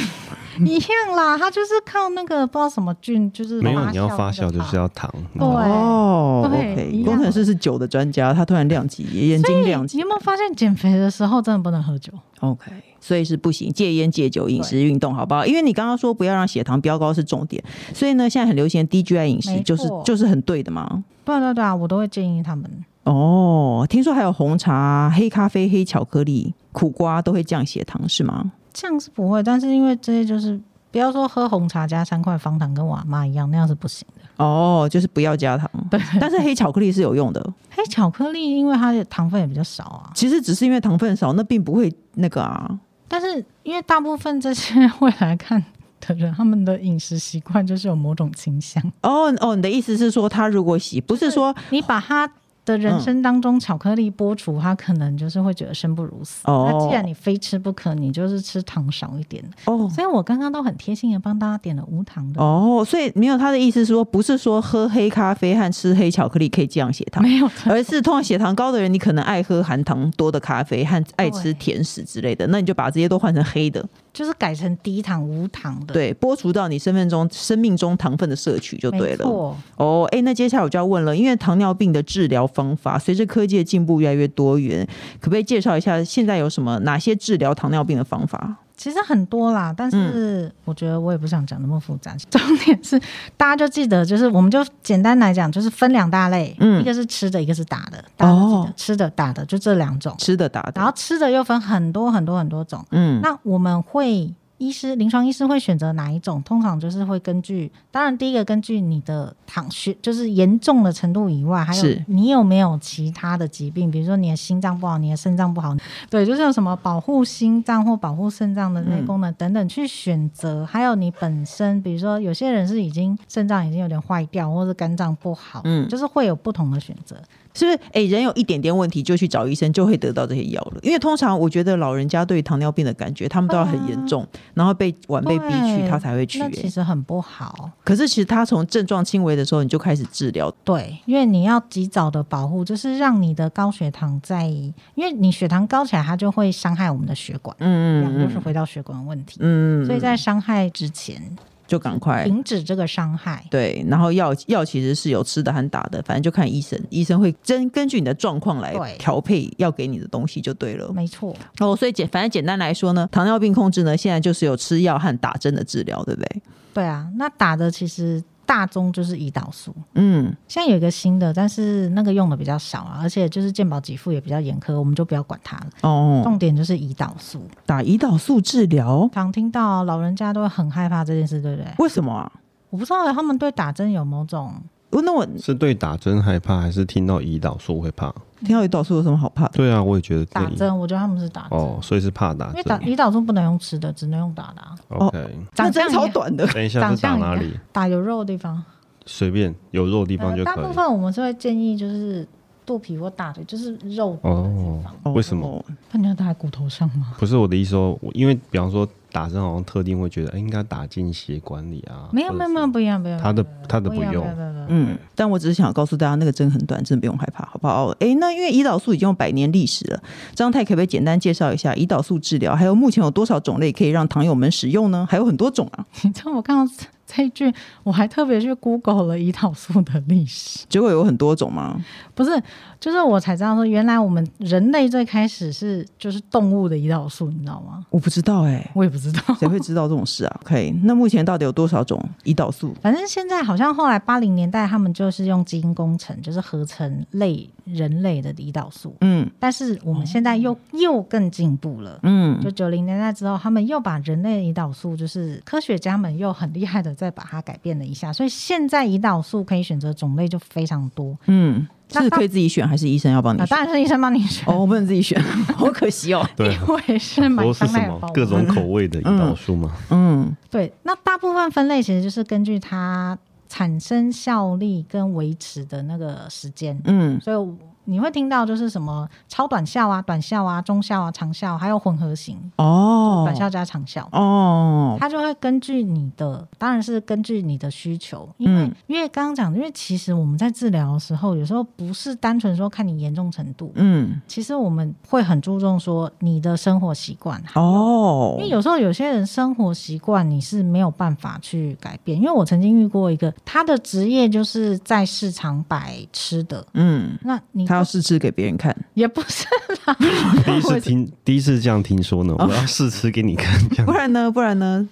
[SPEAKER 3] 一样啦，它就是靠那个不知道什么菌，就是
[SPEAKER 2] 没有，你要发
[SPEAKER 3] 嗯酵
[SPEAKER 2] 酵
[SPEAKER 3] 那个
[SPEAKER 2] 就是
[SPEAKER 3] 糖
[SPEAKER 2] 要糖。
[SPEAKER 3] 对
[SPEAKER 1] 哦
[SPEAKER 3] 对
[SPEAKER 1] ，OK，
[SPEAKER 3] 一样
[SPEAKER 1] 工程师是酒的专家，他突然亮起眼睛亮
[SPEAKER 3] 你
[SPEAKER 1] 起
[SPEAKER 3] 有没有发现减肥的时候真的不能喝酒？
[SPEAKER 1] ，OK，所以是不行，戒烟、戒酒、饮食、运动，好不好？因为你刚刚说不要让血糖飙高是重点，所以呢，现在很流行的 DGI 饮食，
[SPEAKER 3] 没
[SPEAKER 1] 就是
[SPEAKER 3] 错
[SPEAKER 1] 就是很对的嘛。
[SPEAKER 3] 对啊对啊对啊，我都会建议他们。
[SPEAKER 1] 哦，听说还有红茶、黑咖啡、黑巧克力、苦瓜都会降血糖，是吗？
[SPEAKER 3] 这样是不会，但是因为这些就是不要说喝红茶加三块方糖，跟我阿妈一样，那样是不行的。
[SPEAKER 1] 哦，就是不要加糖，
[SPEAKER 3] 对，
[SPEAKER 1] 但是黑巧克力是有用的。
[SPEAKER 3] 黑巧克力因为它的糖分也比较少啊，
[SPEAKER 1] 其实只是因为糖分少，那并不会那个啊。
[SPEAKER 3] 但是因为大部分这些 [laughs] 会来看的人，他们的饮食习惯就是有某种倾向。
[SPEAKER 1] 哦哦，你的意思是说，他如果喜，不是说
[SPEAKER 3] 你把他的人生当中巧克力剥除，他可能就是会觉得生不如死。
[SPEAKER 1] 哦
[SPEAKER 3] 那既然你非吃不可，你就是吃糖少一点。
[SPEAKER 1] 哦
[SPEAKER 3] 所以我刚刚都很贴心的帮大家点了无糖的，
[SPEAKER 1] 哦，所以没有他的意思是说，不是说喝黑咖啡和吃黑巧克力可以降血糖，
[SPEAKER 3] 没有
[SPEAKER 1] 而是通常血糖高的人，你可能爱喝含糖多的咖啡和爱吃
[SPEAKER 3] 对
[SPEAKER 1] 甜食之类的，那你就把这些都换成黑的，
[SPEAKER 3] 就是改成低糖无糖的，，
[SPEAKER 1] 对，剥除到你生命中生命中糖分的摄取就对
[SPEAKER 3] 没
[SPEAKER 1] 了。
[SPEAKER 3] 错。
[SPEAKER 1] 哦，哎，那接下来我就要问了，因为糖尿病的治疗方法随着科技的进步越来越多元，可不可以介绍一下现在有什么哪些治疗糖尿病的方法？
[SPEAKER 3] 其实很多啦，但
[SPEAKER 1] 嗯
[SPEAKER 3] 是我觉得我也不想讲那么复杂。重点是大家就记得，就是我们就简单来讲，就是分两大类，
[SPEAKER 1] 嗯
[SPEAKER 3] 一个是吃的，一个是打的。大家都记得、
[SPEAKER 1] 哦
[SPEAKER 3] 吃的打的就这两种，
[SPEAKER 1] 吃的打
[SPEAKER 3] 然
[SPEAKER 1] 的，
[SPEAKER 3] 后吃的又分很多很多很多种。
[SPEAKER 1] 嗯，
[SPEAKER 3] 那我们会医师临床医师会选择哪一种？通常就是会根据，当然第一个根据你的糖血就是严重的程度以外，还有
[SPEAKER 1] 是
[SPEAKER 3] 你有没有其他的疾病，比如说你的心脏不好，你的肾脏不好，对，就是有什么保护心脏或保护肾脏的那些
[SPEAKER 1] 嗯
[SPEAKER 3] 功能等等去选择。还有你本身，比如说有些人是已经肾脏已经有点坏掉，或者肝脏不好，
[SPEAKER 1] 嗯
[SPEAKER 3] 就是会有不同的选择。
[SPEAKER 1] 是不是？哎，人有一点点问题就去找医生，就会得到这些药了。因为通常我觉得老人家对糖尿病的感觉，他们都要很严重，然后被晚辈逼去，
[SPEAKER 3] 啊对
[SPEAKER 1] 他才会去、
[SPEAKER 3] 那其
[SPEAKER 1] 诶
[SPEAKER 3] 实很不好。
[SPEAKER 1] 可是其实他从症状轻微的时候，你就开始治疗。
[SPEAKER 3] 对，因为你要及早的保护，就是让你的高血糖在，因为你血糖高起来，它就会伤害我们的血管，
[SPEAKER 1] 嗯
[SPEAKER 3] 两、
[SPEAKER 1] 嗯
[SPEAKER 3] 就是
[SPEAKER 1] 嗯
[SPEAKER 3] 回到血管问题。
[SPEAKER 1] 嗯，
[SPEAKER 3] 所以在伤害之前，
[SPEAKER 1] 就赶快。
[SPEAKER 3] 停止这个伤害。
[SPEAKER 1] 对，然后药药其实是有吃的和打的，反正就看医生，医生会根根据你的状况来
[SPEAKER 3] 对嗯
[SPEAKER 1] 调配要给你的东西就对了。
[SPEAKER 3] 没错，
[SPEAKER 1] 哦，所以简反正简单来说呢，糖尿病控制呢，现在就是有吃药和打针的治疗，对不对？
[SPEAKER 3] 对啊，那打的其实大宗就是胰岛素，
[SPEAKER 1] 嗯，
[SPEAKER 3] 现在有一个新的，但是那个用的比较少啊，而且就是健保给付也比较严苛，我们就不要管它了。
[SPEAKER 1] 哦，
[SPEAKER 3] 重点就是胰岛素，
[SPEAKER 1] 打胰岛素治疗，
[SPEAKER 3] 常听到老人家都会很害怕这件事，对不对？
[SPEAKER 1] 为什么啊？
[SPEAKER 3] 我不知道他们对打针有某种
[SPEAKER 1] 哦那我
[SPEAKER 2] 是对打针害怕，还是听到胰岛素会怕？
[SPEAKER 1] 听到胰岛素有什么好怕的？
[SPEAKER 2] 对啊，我也觉得
[SPEAKER 3] 打
[SPEAKER 2] 对
[SPEAKER 3] 针，我觉得他们是打针。
[SPEAKER 2] 哦，所以是怕打
[SPEAKER 3] 因为打
[SPEAKER 2] 针。
[SPEAKER 3] 胰岛素不能用吃的，只能用打的、啊，
[SPEAKER 2] OK，
[SPEAKER 1] 那
[SPEAKER 3] 长相
[SPEAKER 1] 针超
[SPEAKER 3] 一样
[SPEAKER 1] 短
[SPEAKER 3] [laughs]
[SPEAKER 1] 的，
[SPEAKER 2] 等一下是打
[SPEAKER 3] 长相
[SPEAKER 2] 哪
[SPEAKER 3] 一
[SPEAKER 2] 里？
[SPEAKER 3] 打有肉的地方。
[SPEAKER 2] 随便有肉的地方
[SPEAKER 3] 呃
[SPEAKER 2] 就
[SPEAKER 3] 大
[SPEAKER 2] 可以。
[SPEAKER 3] 部分我们是会建议就是肚皮或大腿，就是肉多的地
[SPEAKER 2] 哦
[SPEAKER 3] 方。，
[SPEAKER 2] 为什么？
[SPEAKER 1] 哦？
[SPEAKER 3] 那你要打在骨头上吗？
[SPEAKER 2] 不是我的意思说，我因为比方说打针好像特定会觉得，哎，应该打进血管里啊。
[SPEAKER 3] 没有
[SPEAKER 2] 或
[SPEAKER 3] 没
[SPEAKER 2] 者
[SPEAKER 3] 有
[SPEAKER 2] 是
[SPEAKER 3] 没有，不一样不一样。
[SPEAKER 2] 他的他的
[SPEAKER 3] 不
[SPEAKER 2] 不
[SPEAKER 3] 一样不一样
[SPEAKER 2] 用
[SPEAKER 3] 不一样。 [laughs] 不一样
[SPEAKER 1] 嗯，但我只是想告诉大家，那个针很短，真的不用害怕，好不好？诶，那因为胰岛素已经有百年历史了，张太可不可以简单介绍一下胰岛素治疗，还有目前有多少种类可以让糖友们使用呢？还有很多种啊，
[SPEAKER 3] 你知道我看到这这一句，我还特别去 Google 了胰岛素的历史， [laughs]
[SPEAKER 1] 结果有很多种啊吗？
[SPEAKER 3] 不是，就是我才知道说，原来我们人类最开始是就是动物的胰岛素，你知道吗？
[SPEAKER 1] 我不知道诶， [laughs]
[SPEAKER 3] 我也不知道。
[SPEAKER 1] 谁会知道这种事啊？OK，那目前到底有多少种胰岛素？
[SPEAKER 3] 反正现在好像后来八零年代，他们就是用基因工程，就是合成类人类的胰岛素。
[SPEAKER 1] 嗯
[SPEAKER 3] 但是我们现在又、又更进步了，
[SPEAKER 1] 嗯，
[SPEAKER 3] 就九零年代之后，他们又把人类胰岛素，就是科学家们又很厉害的再把它改变了一下，所以现在胰岛素可以选择种类就非常多。
[SPEAKER 1] 嗯，
[SPEAKER 3] 那
[SPEAKER 1] 是可以自己选，还是医生要哦帮你
[SPEAKER 3] 啊，
[SPEAKER 1] 选？
[SPEAKER 3] 当然是医生帮你选，
[SPEAKER 1] 哦，我不能自己选， [laughs] 好可惜哦。
[SPEAKER 2] 对啊。
[SPEAKER 3] 因为是买
[SPEAKER 2] 都是
[SPEAKER 3] 康
[SPEAKER 2] 什
[SPEAKER 3] 奈
[SPEAKER 2] 么
[SPEAKER 3] 尔包
[SPEAKER 2] 各种口味的胰岛素吗？
[SPEAKER 1] 嗯
[SPEAKER 3] 对，那大部分分类其实就是根据它产生效力跟维持的那个时间，
[SPEAKER 1] 嗯
[SPEAKER 3] 所以你会听到就是什么超短效啊、短效啊、中效啊、长效，还有混合型，
[SPEAKER 1] 哦
[SPEAKER 3] 短效加长效。
[SPEAKER 1] 哦，
[SPEAKER 3] 它就会根据你的，当然是根据你的需求，因为、
[SPEAKER 1] 嗯
[SPEAKER 3] 因为刚刚讲，因为其实我们在治疗的时候，有时候不是单纯说看你严重程度，
[SPEAKER 1] 嗯，
[SPEAKER 3] 其实我们会很注重说你的生活习惯。
[SPEAKER 1] 哦，
[SPEAKER 3] 因为有时候有些人生活习惯你是没有办法去改变，因为我曾经遇过一个，他的职业就是在市场摆吃的，
[SPEAKER 1] 嗯，
[SPEAKER 3] 那你
[SPEAKER 1] 他要试吃给别人看，
[SPEAKER 3] 也不是啦，
[SPEAKER 2] 第一次
[SPEAKER 3] [laughs] 我哦
[SPEAKER 2] 听，第一次这样听说呢，我要试吃给你
[SPEAKER 3] [laughs]
[SPEAKER 2] 看，这
[SPEAKER 1] [laughs] 不
[SPEAKER 2] 样
[SPEAKER 1] 然呢，不然呢，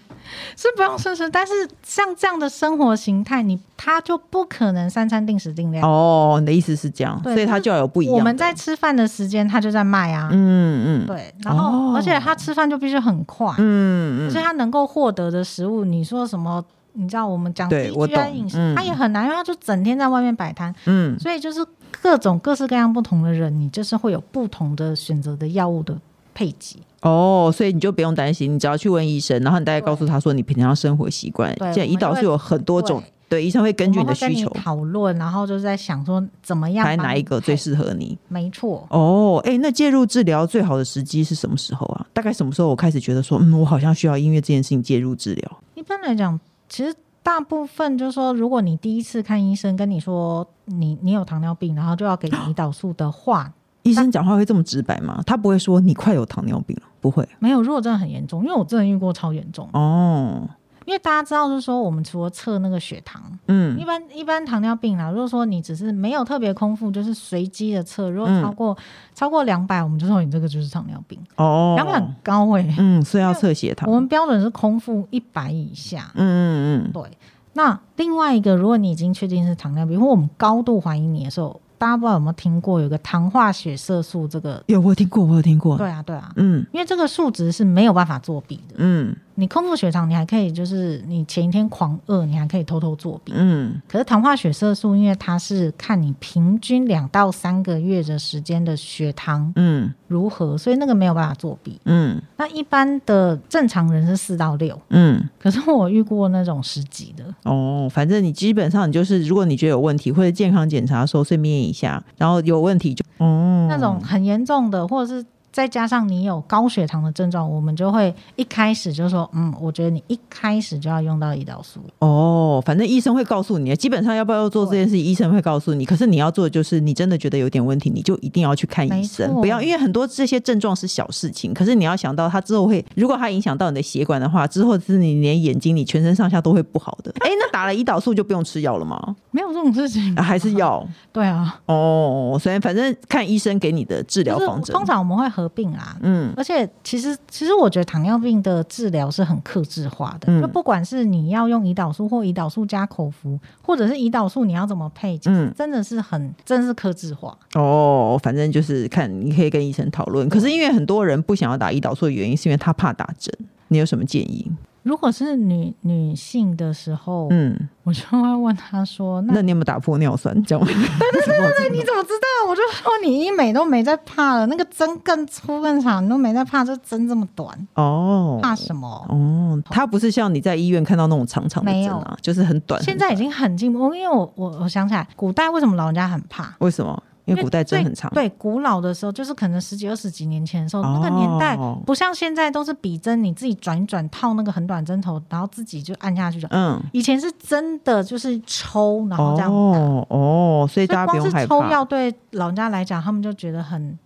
[SPEAKER 3] 是不用顺顺，但是像这样的生活形态，你他就不可能三餐定时定量。
[SPEAKER 1] 哦，你的意思是这样，
[SPEAKER 3] 啊对
[SPEAKER 1] 所以他就要有不一样的。
[SPEAKER 3] 我们在吃饭的时间，他就在卖啊，
[SPEAKER 1] 嗯嗯
[SPEAKER 3] 对，然
[SPEAKER 1] 哦
[SPEAKER 3] 后、而且他吃饭就必须很快，
[SPEAKER 1] 嗯
[SPEAKER 3] 所
[SPEAKER 1] 嗯
[SPEAKER 3] 以他能够获得的食物，你说什么？你知道我们讲
[SPEAKER 1] 对我
[SPEAKER 3] D G
[SPEAKER 1] 懂
[SPEAKER 3] I 饮食，
[SPEAKER 1] 嗯
[SPEAKER 3] 他也很难，因为他就整天在外面摆摊，
[SPEAKER 1] 嗯，
[SPEAKER 3] 所以就是各种各式各样不同的人，你就是会有不同的选择的药物的配给。
[SPEAKER 1] 哦，所以你就不用担心，你只要去问医生，然后你大概告诉他说你平常生活习惯，
[SPEAKER 3] 对
[SPEAKER 1] 现在胰岛素有很多种，对，医生会根据你的需
[SPEAKER 3] 我们会
[SPEAKER 1] 求
[SPEAKER 3] 跟你讨论，然后就是在想说怎么样
[SPEAKER 1] 来
[SPEAKER 3] 帮
[SPEAKER 1] 哪一
[SPEAKER 3] 你
[SPEAKER 1] 个最
[SPEAKER 3] 配？
[SPEAKER 1] 适合你。
[SPEAKER 3] 没错，
[SPEAKER 1] 哦，哎，那介入治疗最好的时机是什么时候啊？大概什么时候我开始觉得说，嗯，我好像需要音乐这件事情介入治疗？
[SPEAKER 3] 一般来讲，其实大部分就是说，如果你第一次看医生跟你说你你有糖尿病，然后就要给你胰岛素的话，
[SPEAKER 1] 医生讲话会这么直白吗？他不会说你快有糖尿病了，不会。
[SPEAKER 3] 没有。如果真的很严重，因为我真的遇过超严重，
[SPEAKER 1] 哦，
[SPEAKER 3] 因为大家知道就是说，我们除了测那个血糖，一
[SPEAKER 1] 嗯
[SPEAKER 3] 般一般糖尿病啦，如果说你只是没有特别空腹，就是随机的测，如果
[SPEAKER 1] 嗯
[SPEAKER 3] 超过、超过两百，我们就说你这个就是糖尿病，
[SPEAKER 1] 哦
[SPEAKER 3] 两百、很高诶、
[SPEAKER 1] 嗯，所以要测血糖。
[SPEAKER 3] 我
[SPEAKER 1] 嗯
[SPEAKER 3] 们标准是空腹一百以下，
[SPEAKER 1] 嗯嗯
[SPEAKER 3] 对，那另外一个，如果你已经确定是糖尿病，或我们高度怀疑你的时候，大家不知道有没有听过有个糖化血色素这个？
[SPEAKER 1] 有我有听过，我有听过。
[SPEAKER 3] 对啊，对啊，
[SPEAKER 1] 嗯
[SPEAKER 3] 因为这个数值是没有办法作弊的。
[SPEAKER 1] 嗯
[SPEAKER 3] 你空腹血糖，你还可以就是你前一天狂饿，你还可以偷偷作弊。
[SPEAKER 1] 嗯
[SPEAKER 3] 可是糖化血色素，因为它是看你平均两到三个月的时间的血糖
[SPEAKER 1] 嗯
[SPEAKER 3] 如何，所以那个没有办法作弊。
[SPEAKER 1] 嗯
[SPEAKER 3] 那一般的正常人是四到六，
[SPEAKER 1] 嗯，
[SPEAKER 3] 可是我遇过那种十几的，
[SPEAKER 1] 哦，反正你基本上你就是，如果你觉得有问题或者健康检查的时候顺便一下，然后有问题就哦
[SPEAKER 3] 那种很严重的，或者是再加上你有高血糖的症状，我们就会一开始就说，嗯，我觉得你一开始就要用到胰岛素。
[SPEAKER 1] 哦，反正医生会告诉你，基本上要不要做这件事，医生会告诉你。可是你要做的就是，你真的觉得有点问题，你就一定要去看医
[SPEAKER 3] 没
[SPEAKER 1] 生，
[SPEAKER 3] 错
[SPEAKER 1] 不要因为很多这些症状是小事情，可是你要想到它之后会，如果它影响到你的血管的话，之后是你连眼睛、你全身上下都会不好的。哎，那打了胰岛素就不用吃药了吗？
[SPEAKER 3] 没有这种事情
[SPEAKER 1] 啊、 [laughs] 还是要？
[SPEAKER 3] [laughs] 对啊，
[SPEAKER 1] 哦，所以反正看医生给你的治疗
[SPEAKER 3] 就
[SPEAKER 1] 方
[SPEAKER 3] 是
[SPEAKER 1] 针。
[SPEAKER 3] 通常我们会合并啦。
[SPEAKER 1] 嗯
[SPEAKER 3] 而且，其实其实我觉得糖尿病的治疗是很克制化的，
[SPEAKER 1] 嗯
[SPEAKER 3] 就不管是你要用胰岛素或胰岛素加口服，或者是胰岛素你要怎么配，其实
[SPEAKER 1] 嗯
[SPEAKER 3] 真的是很真的是克制化。
[SPEAKER 1] 哦，反正就是看你可以跟医生讨论。可是因为很多人不想要打胰岛素的原因，是因为他怕打针。你有什么建议？
[SPEAKER 3] 如果是女女性的时候，
[SPEAKER 1] 嗯。
[SPEAKER 3] 我就会问她说：“那
[SPEAKER 1] 那你有没有打破尿酸？这样吗？对对对
[SPEAKER 3] 你怎么知道？我就说你医美都没在怕了，那个针更粗更长，你都没在怕，这针这么短，
[SPEAKER 1] [laughs] 哦
[SPEAKER 3] 怕什么？
[SPEAKER 1] 哦，它不是像你在医院看到那种长长的针
[SPEAKER 3] 没有
[SPEAKER 1] 啊，就是很短。
[SPEAKER 3] 现在已
[SPEAKER 1] 很短
[SPEAKER 3] 经很进步，因为我我我想起来，古代为什么老人家很怕？
[SPEAKER 1] 为什么？因为古代针
[SPEAKER 3] 最
[SPEAKER 1] 很长。
[SPEAKER 3] 对，古老的时候就是可能十几二十几年前的时候，
[SPEAKER 1] 哦
[SPEAKER 3] 那个年代不像现在都是笔针，你自己转一转套那个很短针头，然后自己就按下去的。
[SPEAKER 1] 嗯，
[SPEAKER 3] 以前是真的就是抽，然后这样打。
[SPEAKER 1] 哦哦，所以
[SPEAKER 3] 所
[SPEAKER 1] 大家
[SPEAKER 3] 以
[SPEAKER 1] 不
[SPEAKER 3] 光
[SPEAKER 1] 用害
[SPEAKER 3] 是抽
[SPEAKER 1] 怕，
[SPEAKER 3] 药对老人家来讲，他们就觉得很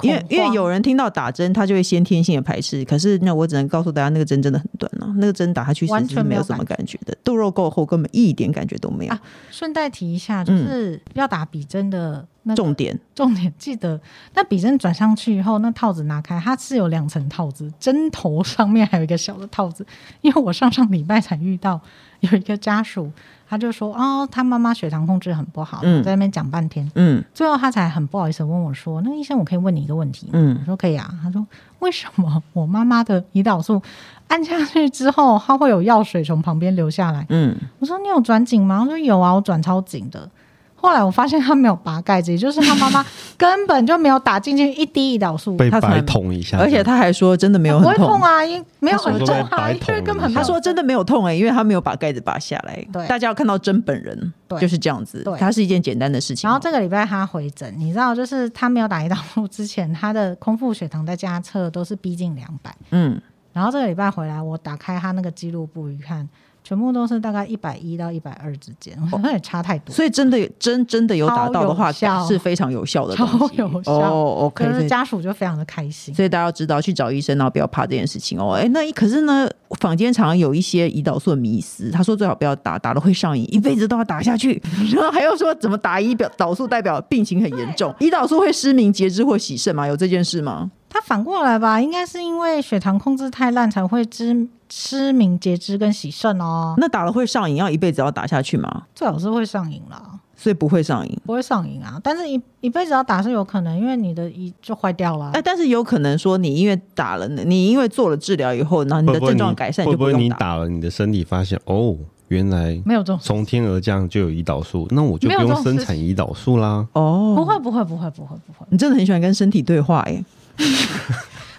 [SPEAKER 1] 因为
[SPEAKER 3] 恐
[SPEAKER 1] 因为
[SPEAKER 3] 慌
[SPEAKER 1] 有人听到打针，他就会先天性的排斥。可是那我只能告诉大家，那个针真的很短啊，那个针打下去
[SPEAKER 3] 完
[SPEAKER 1] 其实
[SPEAKER 3] 全
[SPEAKER 1] 是
[SPEAKER 3] 没
[SPEAKER 1] 没
[SPEAKER 3] 有
[SPEAKER 1] 有什么感觉的，肚肉够厚，根本一点感觉都没有。
[SPEAKER 3] 啊顺带提一下，
[SPEAKER 1] 嗯
[SPEAKER 3] 就是要打笔针的那个
[SPEAKER 1] 重点
[SPEAKER 3] 重点记得，那笔针转上去以后，那套子拿开，它是有两层套子，针头上面还有一个小的套子。因为我上上礼拜才遇到有一个家属，他就说哦，他妈妈血糖控制很不好，
[SPEAKER 1] 嗯
[SPEAKER 3] 我在那边讲半天，
[SPEAKER 1] 嗯
[SPEAKER 3] 最后他才很不好意思地问我说，那个医生，我可以问你一个问题吗？我
[SPEAKER 1] 嗯
[SPEAKER 3] 说可以啊，他说为什么我妈妈的胰岛素按下去之后，它会有药水从旁边流下来？
[SPEAKER 1] 嗯，
[SPEAKER 3] 我说你有转紧吗？他说有啊，我转超紧的。后来我发现他没有拔盖子，也就是 [laughs] 他妈妈根本就没有打进去一滴胰岛素，
[SPEAKER 2] 被
[SPEAKER 1] 他从来
[SPEAKER 2] 白捅一下，
[SPEAKER 1] 而且他还说真的没有
[SPEAKER 3] 不
[SPEAKER 1] 很
[SPEAKER 3] 会
[SPEAKER 1] 痛
[SPEAKER 3] 痛，啊，因为没有很
[SPEAKER 2] 他说
[SPEAKER 3] 重
[SPEAKER 2] 都被
[SPEAKER 3] 啊，
[SPEAKER 2] 白
[SPEAKER 3] 因为
[SPEAKER 2] 捅
[SPEAKER 3] 根本
[SPEAKER 2] 了
[SPEAKER 3] 没
[SPEAKER 1] 他
[SPEAKER 3] 有
[SPEAKER 1] 说真的没有痛哎、因为他没有把盖子拔下来。
[SPEAKER 3] 对
[SPEAKER 1] 大家要看到真本人，
[SPEAKER 3] 对
[SPEAKER 1] 就是这样子
[SPEAKER 3] 对。
[SPEAKER 1] 它是一件简单的事情。
[SPEAKER 3] 然后这个礼拜他回诊，你知道，就是他没有打胰岛素之前，他的空腹血糖在家测都是逼近两百。
[SPEAKER 1] 嗯，
[SPEAKER 3] 然后这个礼拜回来，我打开他那个记录簿一看，全部都是大概一百一到一百二之间，我说也差太多，
[SPEAKER 1] 所以真的真真的有打到的话，
[SPEAKER 3] 超有效
[SPEAKER 1] 是非常有效的东
[SPEAKER 3] 超
[SPEAKER 1] 西。
[SPEAKER 3] 有效。
[SPEAKER 1] 哦，OK，
[SPEAKER 3] 就
[SPEAKER 1] 所
[SPEAKER 3] 是
[SPEAKER 1] 以
[SPEAKER 3] 家属就非常的开心。
[SPEAKER 1] 所以大家要知道去找医生，然后不要怕这件事情哦。哎，那可是呢，坊间常常有一些胰岛素的迷思，他说最好不要打，打了会上瘾，一辈子都要打下去。 [laughs] 然后还要说怎么打胰表岛素代表病情很严重，胰岛素会失明、截肢或洗肾吗？有这件事吗？
[SPEAKER 3] 他反过来吧，应该是因为血糖控制太烂才会知失明、截肢跟洗肾哦，
[SPEAKER 1] 那打了会上瘾，要一辈子要打下去吗？
[SPEAKER 3] 最好是会上瘾啦。
[SPEAKER 1] 所以不会上瘾。
[SPEAKER 3] 不会上瘾啊，但是一一辈子要打是有可能，因为你的胰就坏掉了啊。
[SPEAKER 1] 哎，但是有可能说你因为打了，你因为做了治疗以后，然后你
[SPEAKER 2] 会
[SPEAKER 1] 的
[SPEAKER 2] 不会
[SPEAKER 1] 症
[SPEAKER 2] 你
[SPEAKER 1] 状改善，你
[SPEAKER 2] 会
[SPEAKER 1] 就不
[SPEAKER 2] 不会
[SPEAKER 1] 用
[SPEAKER 2] 你
[SPEAKER 1] 打。
[SPEAKER 2] 打了你的身体发现哦，原来
[SPEAKER 3] 没有这种事，
[SPEAKER 2] 从天而降就有胰岛素，那我就
[SPEAKER 3] 没
[SPEAKER 2] 不
[SPEAKER 3] 有这
[SPEAKER 2] 用
[SPEAKER 3] 种事
[SPEAKER 2] 生产胰岛素啦。
[SPEAKER 1] 哦，
[SPEAKER 3] 不会，不会，不会，不会，不会，
[SPEAKER 1] 你真的很喜欢跟身体对话哎耶。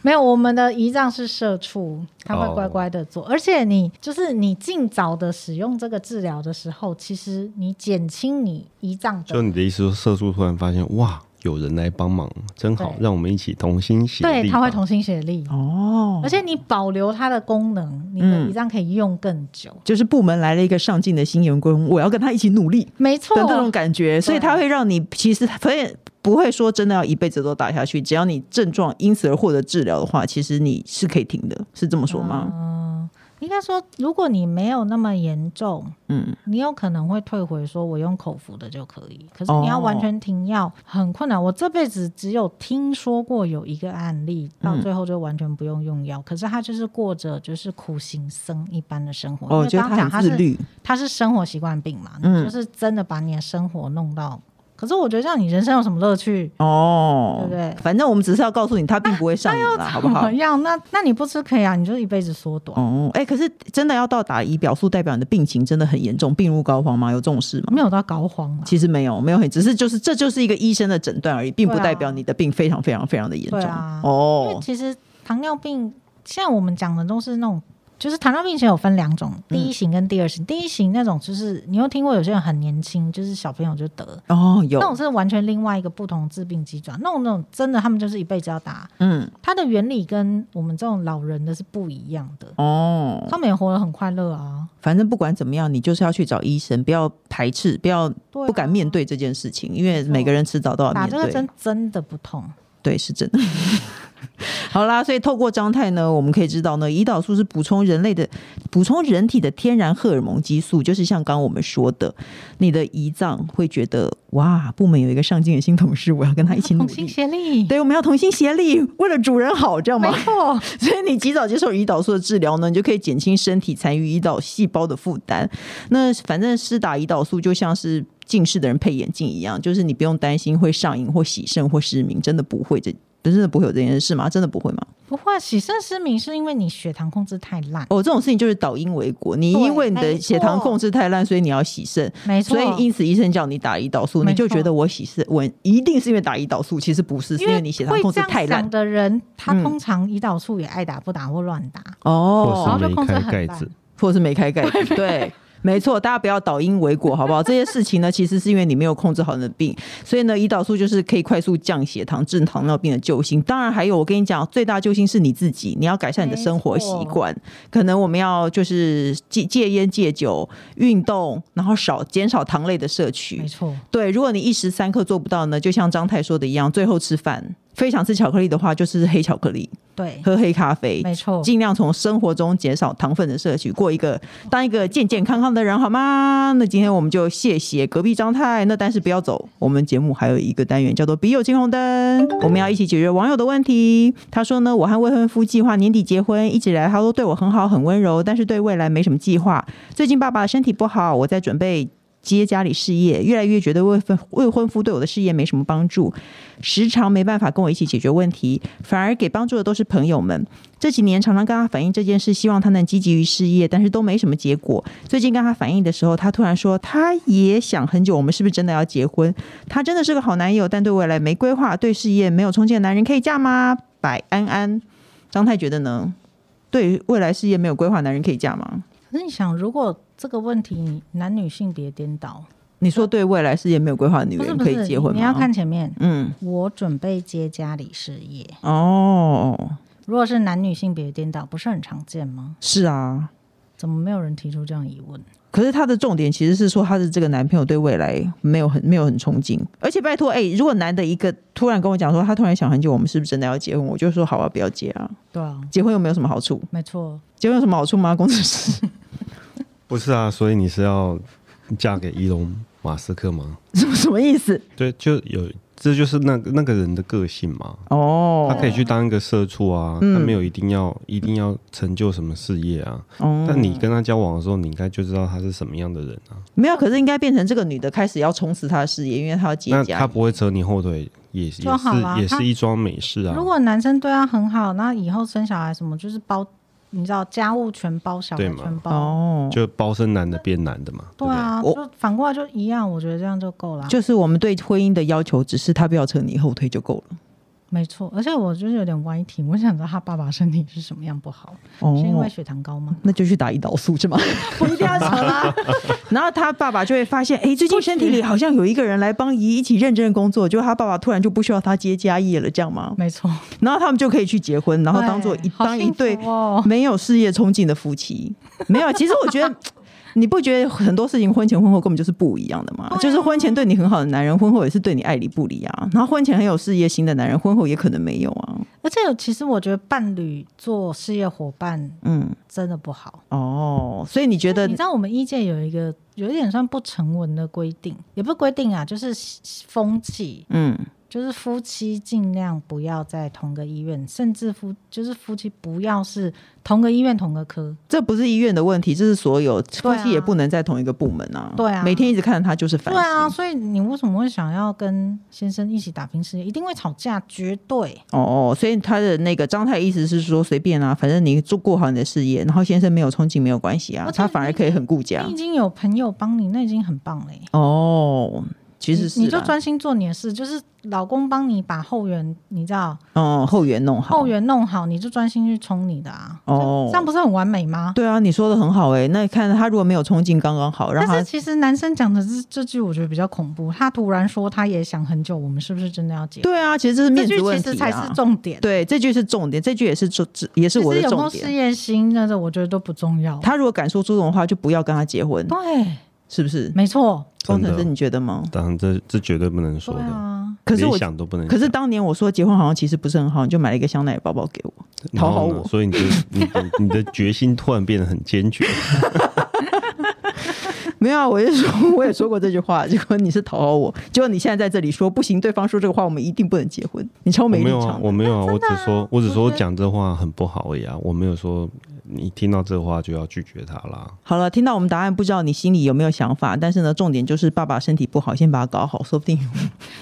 [SPEAKER 3] 没有。我们的胰脏是社畜，他会
[SPEAKER 2] 哦
[SPEAKER 3] 乖乖的做，而且你就是你尽早的使用这个治疗的时候，其实你减轻你胰脏
[SPEAKER 2] 就
[SPEAKER 3] 的，
[SPEAKER 2] 你的意思说，社畜突然发现哇，有人来帮忙，真好，
[SPEAKER 3] 对
[SPEAKER 2] 让我们一起同心协力吧。
[SPEAKER 3] 对，他会同心协力，
[SPEAKER 1] 哦
[SPEAKER 3] 而且你保留它的功能，你的
[SPEAKER 1] 嗯
[SPEAKER 3] 胰脏可以用更久。
[SPEAKER 1] 就是部门来了一个上进的新员工，我要跟他一起努力
[SPEAKER 3] 没错
[SPEAKER 1] 的，这种感
[SPEAKER 3] 哦
[SPEAKER 1] 觉，所以他会让你其实所以不会说真的要一辈子都打下去，只要你症状因此而获得治疗的话，其实你是可以停的，是这么说吗？
[SPEAKER 3] 嗯，应该说，如果你没有那么严重，
[SPEAKER 1] 嗯，
[SPEAKER 3] 你有可能会退回说，我用口服的就可以。可是你要
[SPEAKER 1] 哦
[SPEAKER 3] 完全停药、很困难。我这辈子只有听说过有一个案例，到
[SPEAKER 1] 嗯
[SPEAKER 3] 最后就完全不用用药，可是他就是过着就是苦行僧一般的生活。因
[SPEAKER 1] 哦，
[SPEAKER 3] 为
[SPEAKER 1] 觉得
[SPEAKER 3] 刚刚讲
[SPEAKER 1] 他
[SPEAKER 3] 他
[SPEAKER 1] 很自
[SPEAKER 3] 是
[SPEAKER 1] 律，
[SPEAKER 3] 他是生活习惯病嘛，
[SPEAKER 1] 嗯
[SPEAKER 3] 就是真的把你的生活弄到。可是我觉得这样你人生有什么乐趣？
[SPEAKER 1] 哦，
[SPEAKER 3] 对不对
[SPEAKER 1] 反正我们只是要告诉你，他并不会上瘾
[SPEAKER 3] [laughs]
[SPEAKER 1] 啦，好不
[SPEAKER 3] 怎
[SPEAKER 1] 好
[SPEAKER 3] 么？样？那那你不吃可以啊，你就一辈子缩短。
[SPEAKER 1] 哦，哎、可是真的要到打胰表素，代表你的病情真的很严重，病入膏肓吗？有这种事吗？
[SPEAKER 3] 没有到膏肓啊，
[SPEAKER 1] 其实没有，没有很，只是就是这就是一个医生的诊断而已，并不
[SPEAKER 3] 对啊
[SPEAKER 1] 代表你的病非常非常非常的严重。
[SPEAKER 3] 对啊因为
[SPEAKER 1] 哦，
[SPEAKER 3] 其实糖尿病，现在我们讲的都是那种，就是糖尿病其实有分两种，第
[SPEAKER 1] 嗯
[SPEAKER 3] 一型跟第二型。第一型那种就是你有听过有些人很年轻，就是小朋友就得，
[SPEAKER 1] 哦，有
[SPEAKER 3] 那，种是完全另外一个不同致病机转。那种那种真的他们就是一辈子要打，
[SPEAKER 1] 嗯，
[SPEAKER 3] 它的原理跟我们这种老人的是不一样的。
[SPEAKER 1] 哦，
[SPEAKER 3] 他们也活得很快乐啊，
[SPEAKER 1] 反正不管怎么样，你就是要去找医生，不要排斥，不要
[SPEAKER 3] 对啊
[SPEAKER 1] 不敢面对这件事情，因为每个人迟早都要
[SPEAKER 3] 打
[SPEAKER 1] 面
[SPEAKER 3] 这个针
[SPEAKER 1] 对。
[SPEAKER 3] 真的不痛。
[SPEAKER 1] 对，是真的。 [laughs] 好啦，所以透过张太呢，我们可以知道呢，胰岛素是补充人类的、补充人体的天然荷尔蒙激素，就是像刚刚我们说的，你的胰脏会觉得哇，部门有一个上进的新同事，我要跟他一起努
[SPEAKER 3] 同
[SPEAKER 1] 力
[SPEAKER 3] 心。协力，
[SPEAKER 1] 嗯对，我们要同心协力，为了主人好，知道
[SPEAKER 3] 没
[SPEAKER 1] 吗？
[SPEAKER 3] 错，
[SPEAKER 1] [laughs] 所以你及早接受胰岛素的治疗呢，你就可以减轻身体残余胰岛细胞的负担。那反正施打胰岛素就像是近视的人配眼镜一样，就是你不用担心会上瘾或洗肾或失明，真的不会这。真的不会有这件事吗？真的不会吗？
[SPEAKER 3] 不会喜肾失明是因为你血糖控制太烂，
[SPEAKER 1] 哦，这种事情就是倒因为果，你因为你
[SPEAKER 3] 对
[SPEAKER 1] 的
[SPEAKER 3] 没
[SPEAKER 1] 血糖
[SPEAKER 3] 错
[SPEAKER 1] 控制太烂，所以你要洗肾，
[SPEAKER 3] 没错，
[SPEAKER 1] 所以因此医生叫你打胰岛素，
[SPEAKER 3] 没
[SPEAKER 1] 你就觉
[SPEAKER 3] 错
[SPEAKER 1] 得我洗肾，我一定是因为打胰岛素，其实不是，是因为你血糖
[SPEAKER 3] 会
[SPEAKER 1] 控制
[SPEAKER 3] 这样
[SPEAKER 1] 太烂
[SPEAKER 3] 想的人，他
[SPEAKER 1] 嗯
[SPEAKER 3] 通常胰岛素也爱打不打或乱打，
[SPEAKER 1] 哦，
[SPEAKER 2] 或
[SPEAKER 3] 然后
[SPEAKER 2] 是
[SPEAKER 3] 就
[SPEAKER 2] 没
[SPEAKER 3] 控制
[SPEAKER 2] 开
[SPEAKER 3] 很
[SPEAKER 2] 盖
[SPEAKER 3] 烂
[SPEAKER 2] 子，
[SPEAKER 1] 或是没开盖子，对。没错，大家不要倒因为果，好不好？这些事情呢， [laughs] 其实是因为你没有控制好你的病，所以呢，胰岛素就是可以快速降血糖、治糖尿病的救星。当然，还有我跟你讲，最大救星是你自己，你要改善你的生活习惯。可能我们要就是戒戒烟、戒酒、运动，然后少减少糖类的摄取
[SPEAKER 3] 没。错，
[SPEAKER 1] 对，如果你一时三刻做不到呢，就像张太说的一样，最后吃饭非常吃巧克力的话，就是黑巧克力、
[SPEAKER 3] 对，
[SPEAKER 1] 喝黑咖啡，
[SPEAKER 3] 没错，
[SPEAKER 1] 尽量从生活中减少糖分的摄取，过一个当一个健健康康的人，好吗？那今天我们就谢谢隔壁张太，那但是不要走，我们节目还有一个单元叫做“笔友青红灯”，我们要一起解决网友的问题。他说呢，我和未婚夫计划年底结婚，一直以来他都对我很好，很温柔，但是对未来没什么计划。最近爸爸身体不好，我在准备。接家里事业，越来越觉得未婚未婚夫对我的事业没什么帮助，时常没办法跟我一起解决问题，反而给帮助的都是朋友们。这几年常常跟他反映这件事，希望他能积极于事业，但是都没什么结果。最近跟他反映的时候，他突然说他也想很久，我们是不是真的要结婚？他真的是个好男友，但对未来没规划，对事业没有冲劲的男人可以嫁吗？百安安，张太觉得呢？对未来事业没有规划，男人可以嫁吗？
[SPEAKER 3] 可是你想，如果这个问题男女性别颠倒，
[SPEAKER 1] 你说对未来事业没有规划的女
[SPEAKER 3] 不是
[SPEAKER 1] 人
[SPEAKER 3] 不
[SPEAKER 1] 可
[SPEAKER 3] 是，
[SPEAKER 1] 以结婚吗？
[SPEAKER 3] 你要看，前面，
[SPEAKER 1] 嗯，
[SPEAKER 3] 我准备接家里事业。
[SPEAKER 1] 哦，
[SPEAKER 3] 如果是男女性别颠倒，不是很常见吗？
[SPEAKER 1] 是啊。
[SPEAKER 3] 怎么没有人提出这样疑问？
[SPEAKER 1] 可是她的重点其实是说，她的这个男朋友对未来没有很没有很憧憬，而且拜托，哎、如果男的一个突然跟我讲说，他突然想很久，我们是不是真的要结婚？我就说好啊，不要结啊，
[SPEAKER 3] 对啊，
[SPEAKER 1] 结婚又没有什么好处，
[SPEAKER 3] 没错，
[SPEAKER 1] 结婚有什么好处
[SPEAKER 3] [laughs]
[SPEAKER 1] 吗？工程师，
[SPEAKER 2] 不是啊，所以你是要嫁给伊隆马斯克吗？
[SPEAKER 1] 什么什么意思？
[SPEAKER 2] 对，就有这就是那那个人的个性嘛。
[SPEAKER 1] 哦，
[SPEAKER 2] 他可以去当一个社畜啊，
[SPEAKER 1] 嗯
[SPEAKER 2] 他没有一定要一定要成就什么事业啊。
[SPEAKER 1] 哦
[SPEAKER 2] 但你跟他交往的时候，你应该就知道他是什么样的人啊。
[SPEAKER 1] 没有，可是应该变成这个女的开始要冲刺她的事业，因为她要结
[SPEAKER 2] 那
[SPEAKER 1] 家。
[SPEAKER 2] 他不会扯你后腿，也也是
[SPEAKER 3] 就好
[SPEAKER 1] 啊
[SPEAKER 3] 啦
[SPEAKER 2] 也
[SPEAKER 3] 他
[SPEAKER 2] 是一桩美事啊
[SPEAKER 3] 如。果男生对他很好，那以后生小孩什么就是包，你知道家务全包，小孩
[SPEAKER 2] 对嘛
[SPEAKER 3] 全包。
[SPEAKER 1] 哦，
[SPEAKER 2] 就包身男的变男的嘛，对
[SPEAKER 3] 对
[SPEAKER 2] 不对？
[SPEAKER 3] 啊，
[SPEAKER 1] 对哦不
[SPEAKER 3] 就反过来就一样，我觉得这样就够了。啊
[SPEAKER 1] 就是我们对婚姻的要求，只是他不要扯你后腿就够了。
[SPEAKER 3] 没错，而且我就是有点歪题，我想知道他爸爸身体是什么样不好，
[SPEAKER 1] 哦
[SPEAKER 3] 是因为血糖高吗？
[SPEAKER 1] 那就去打胰岛素是吗？
[SPEAKER 3] [laughs] 不一定要扯啦，
[SPEAKER 1] 然后他爸爸就会发现，哎，最近身体里好像有一个人来帮姨一起认真的工作，就他爸爸突然就不需要他接家业了，这样
[SPEAKER 3] [laughs]
[SPEAKER 1] 吗？
[SPEAKER 3] [laughs] 没错。
[SPEAKER 1] 然后他们就可以去结婚，然后当做一
[SPEAKER 3] 对好
[SPEAKER 1] 当一
[SPEAKER 3] 幸福
[SPEAKER 1] 对
[SPEAKER 3] 哦
[SPEAKER 1] 没有事业冲劲的夫妻。没有，其实我觉得你不觉得很多事情婚前婚后根本就是不一样的
[SPEAKER 3] 啊
[SPEAKER 1] 吗？就是婚前对你很好的男人，婚后也是对你爱理不理啊。然后婚前很有事业心的男人，婚后也可能没有啊。
[SPEAKER 3] 而且其实我觉得伴侣做事业伙伴
[SPEAKER 1] 嗯，
[SPEAKER 3] 真的不好。
[SPEAKER 1] 哦，所以你觉得
[SPEAKER 3] 你知道我们医界有一个有一点算不成文的规定，也不是规定啊，就是风气，
[SPEAKER 1] 嗯
[SPEAKER 3] 就是夫妻尽量不要在同个医院，甚至夫就是夫妻不要是同个医院同个科。，
[SPEAKER 1] 这不是医院的问题，这是所有夫
[SPEAKER 3] 啊
[SPEAKER 1] 妻也不能在同一个部门啊。
[SPEAKER 3] 对啊
[SPEAKER 1] 每天一直看着他就是烦
[SPEAKER 3] 对
[SPEAKER 1] 心。
[SPEAKER 3] 啊，所以你为什么会想要跟先生一起打拼事业？一定会吵架，绝对。
[SPEAKER 1] 哦哦，所以他的那个张太意思是说随便啊，反正你做过好你的事业，然后先生没有冲劲没有关系啊
[SPEAKER 3] 而，且
[SPEAKER 1] 他反而可以很顾家
[SPEAKER 3] 你已。经有朋友帮你，那已经很棒嘞、
[SPEAKER 1] 哦，其实是
[SPEAKER 3] 你你就
[SPEAKER 1] 啦
[SPEAKER 3] 专心做你的事，就是老公帮你把后援，你知道
[SPEAKER 1] 哦后援弄好
[SPEAKER 3] 后。援弄好，你就专心去冲你的啊。
[SPEAKER 1] 哦
[SPEAKER 3] 这样不是很完美吗？
[SPEAKER 1] 对啊，你说的很好哎、那看他如果没有冲劲刚刚好，让
[SPEAKER 3] 但
[SPEAKER 1] 他
[SPEAKER 3] 是其实男生讲的这这句，我觉得比较恐怖。他突然说他也想很久，我们是不是真的要结婚？
[SPEAKER 1] 对啊，其实这是面
[SPEAKER 3] 这句
[SPEAKER 1] 子问
[SPEAKER 3] 其
[SPEAKER 1] 题、啊、
[SPEAKER 3] 实才是重点。
[SPEAKER 1] 对，这句是重点，这句也是重也是
[SPEAKER 3] 其
[SPEAKER 1] 我
[SPEAKER 3] 实
[SPEAKER 1] 的
[SPEAKER 3] 有没有
[SPEAKER 1] 重
[SPEAKER 3] 事
[SPEAKER 1] 点。
[SPEAKER 3] 业心，那个我觉得都不重要。
[SPEAKER 1] 他如果敢说出这种话，就不要跟他结婚，
[SPEAKER 3] 对，
[SPEAKER 1] 是不是？
[SPEAKER 3] 没错，
[SPEAKER 1] 工
[SPEAKER 2] 真
[SPEAKER 1] 程师，
[SPEAKER 2] 的，
[SPEAKER 1] 你觉得吗？
[SPEAKER 2] 当然这这绝对不能说
[SPEAKER 3] 对
[SPEAKER 2] 的，
[SPEAKER 3] 啊。
[SPEAKER 1] 可是
[SPEAKER 2] 连
[SPEAKER 1] 我，
[SPEAKER 2] 想都不能想。
[SPEAKER 1] 可是当年我说结婚好像其实不是很好，你就买了一个香奈儿包包给我。 [laughs] 讨好
[SPEAKER 2] 然后呢
[SPEAKER 1] 我
[SPEAKER 2] 所以你就你的你的决心突然变得很
[SPEAKER 1] [laughs]
[SPEAKER 2] 坚决。
[SPEAKER 1] 没有啊，我就说 [laughs] 我也说过这句话，结果你是讨好我，结果你现在在这里说不行，对方说这个话我们一定不能结婚，你超
[SPEAKER 2] 我
[SPEAKER 1] 没
[SPEAKER 2] 没
[SPEAKER 1] 立
[SPEAKER 2] 有啊，
[SPEAKER 1] 场的。
[SPEAKER 2] 我没有啊，我只说我只
[SPEAKER 3] 我
[SPEAKER 2] 说
[SPEAKER 3] 觉得
[SPEAKER 2] 讲这话很不好而已啊，我没有说你听到这话就要拒绝他啦。
[SPEAKER 1] 好了，听到我们答案，不知道你心里有没有想法，但是呢，重点就是爸爸身体不好，先把他搞好，说不定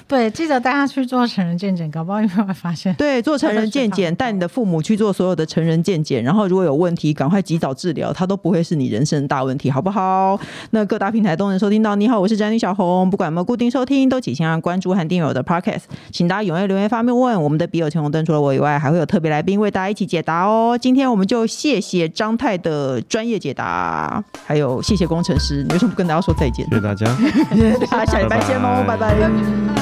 [SPEAKER 3] 对，记得带他去做成人健检，搞不好意外发
[SPEAKER 1] [laughs]
[SPEAKER 3] 现。
[SPEAKER 1] 对做成人健检，带你的父母去做所有的成人健检，然后如果有问题，赶快及早治疗，它都不会是你人生的大问题，好不好？那各大平台都能收听到。你好，我是宅女小红，不管有没有固定收听，都请先按关注和订阅我的 podcast，请大家踊跃留言发面问。我们的笔友陈红灯除了我以外，还会有特别来宾为大家一起解答哦。今天我们就谢谢张泰的专业解答，还 [laughs] 有谢谢工程师，你为什么不跟大家说再见？
[SPEAKER 2] 谢谢大家。
[SPEAKER 1] 大家下礼拜见喽，拜拜
[SPEAKER 3] 拜拜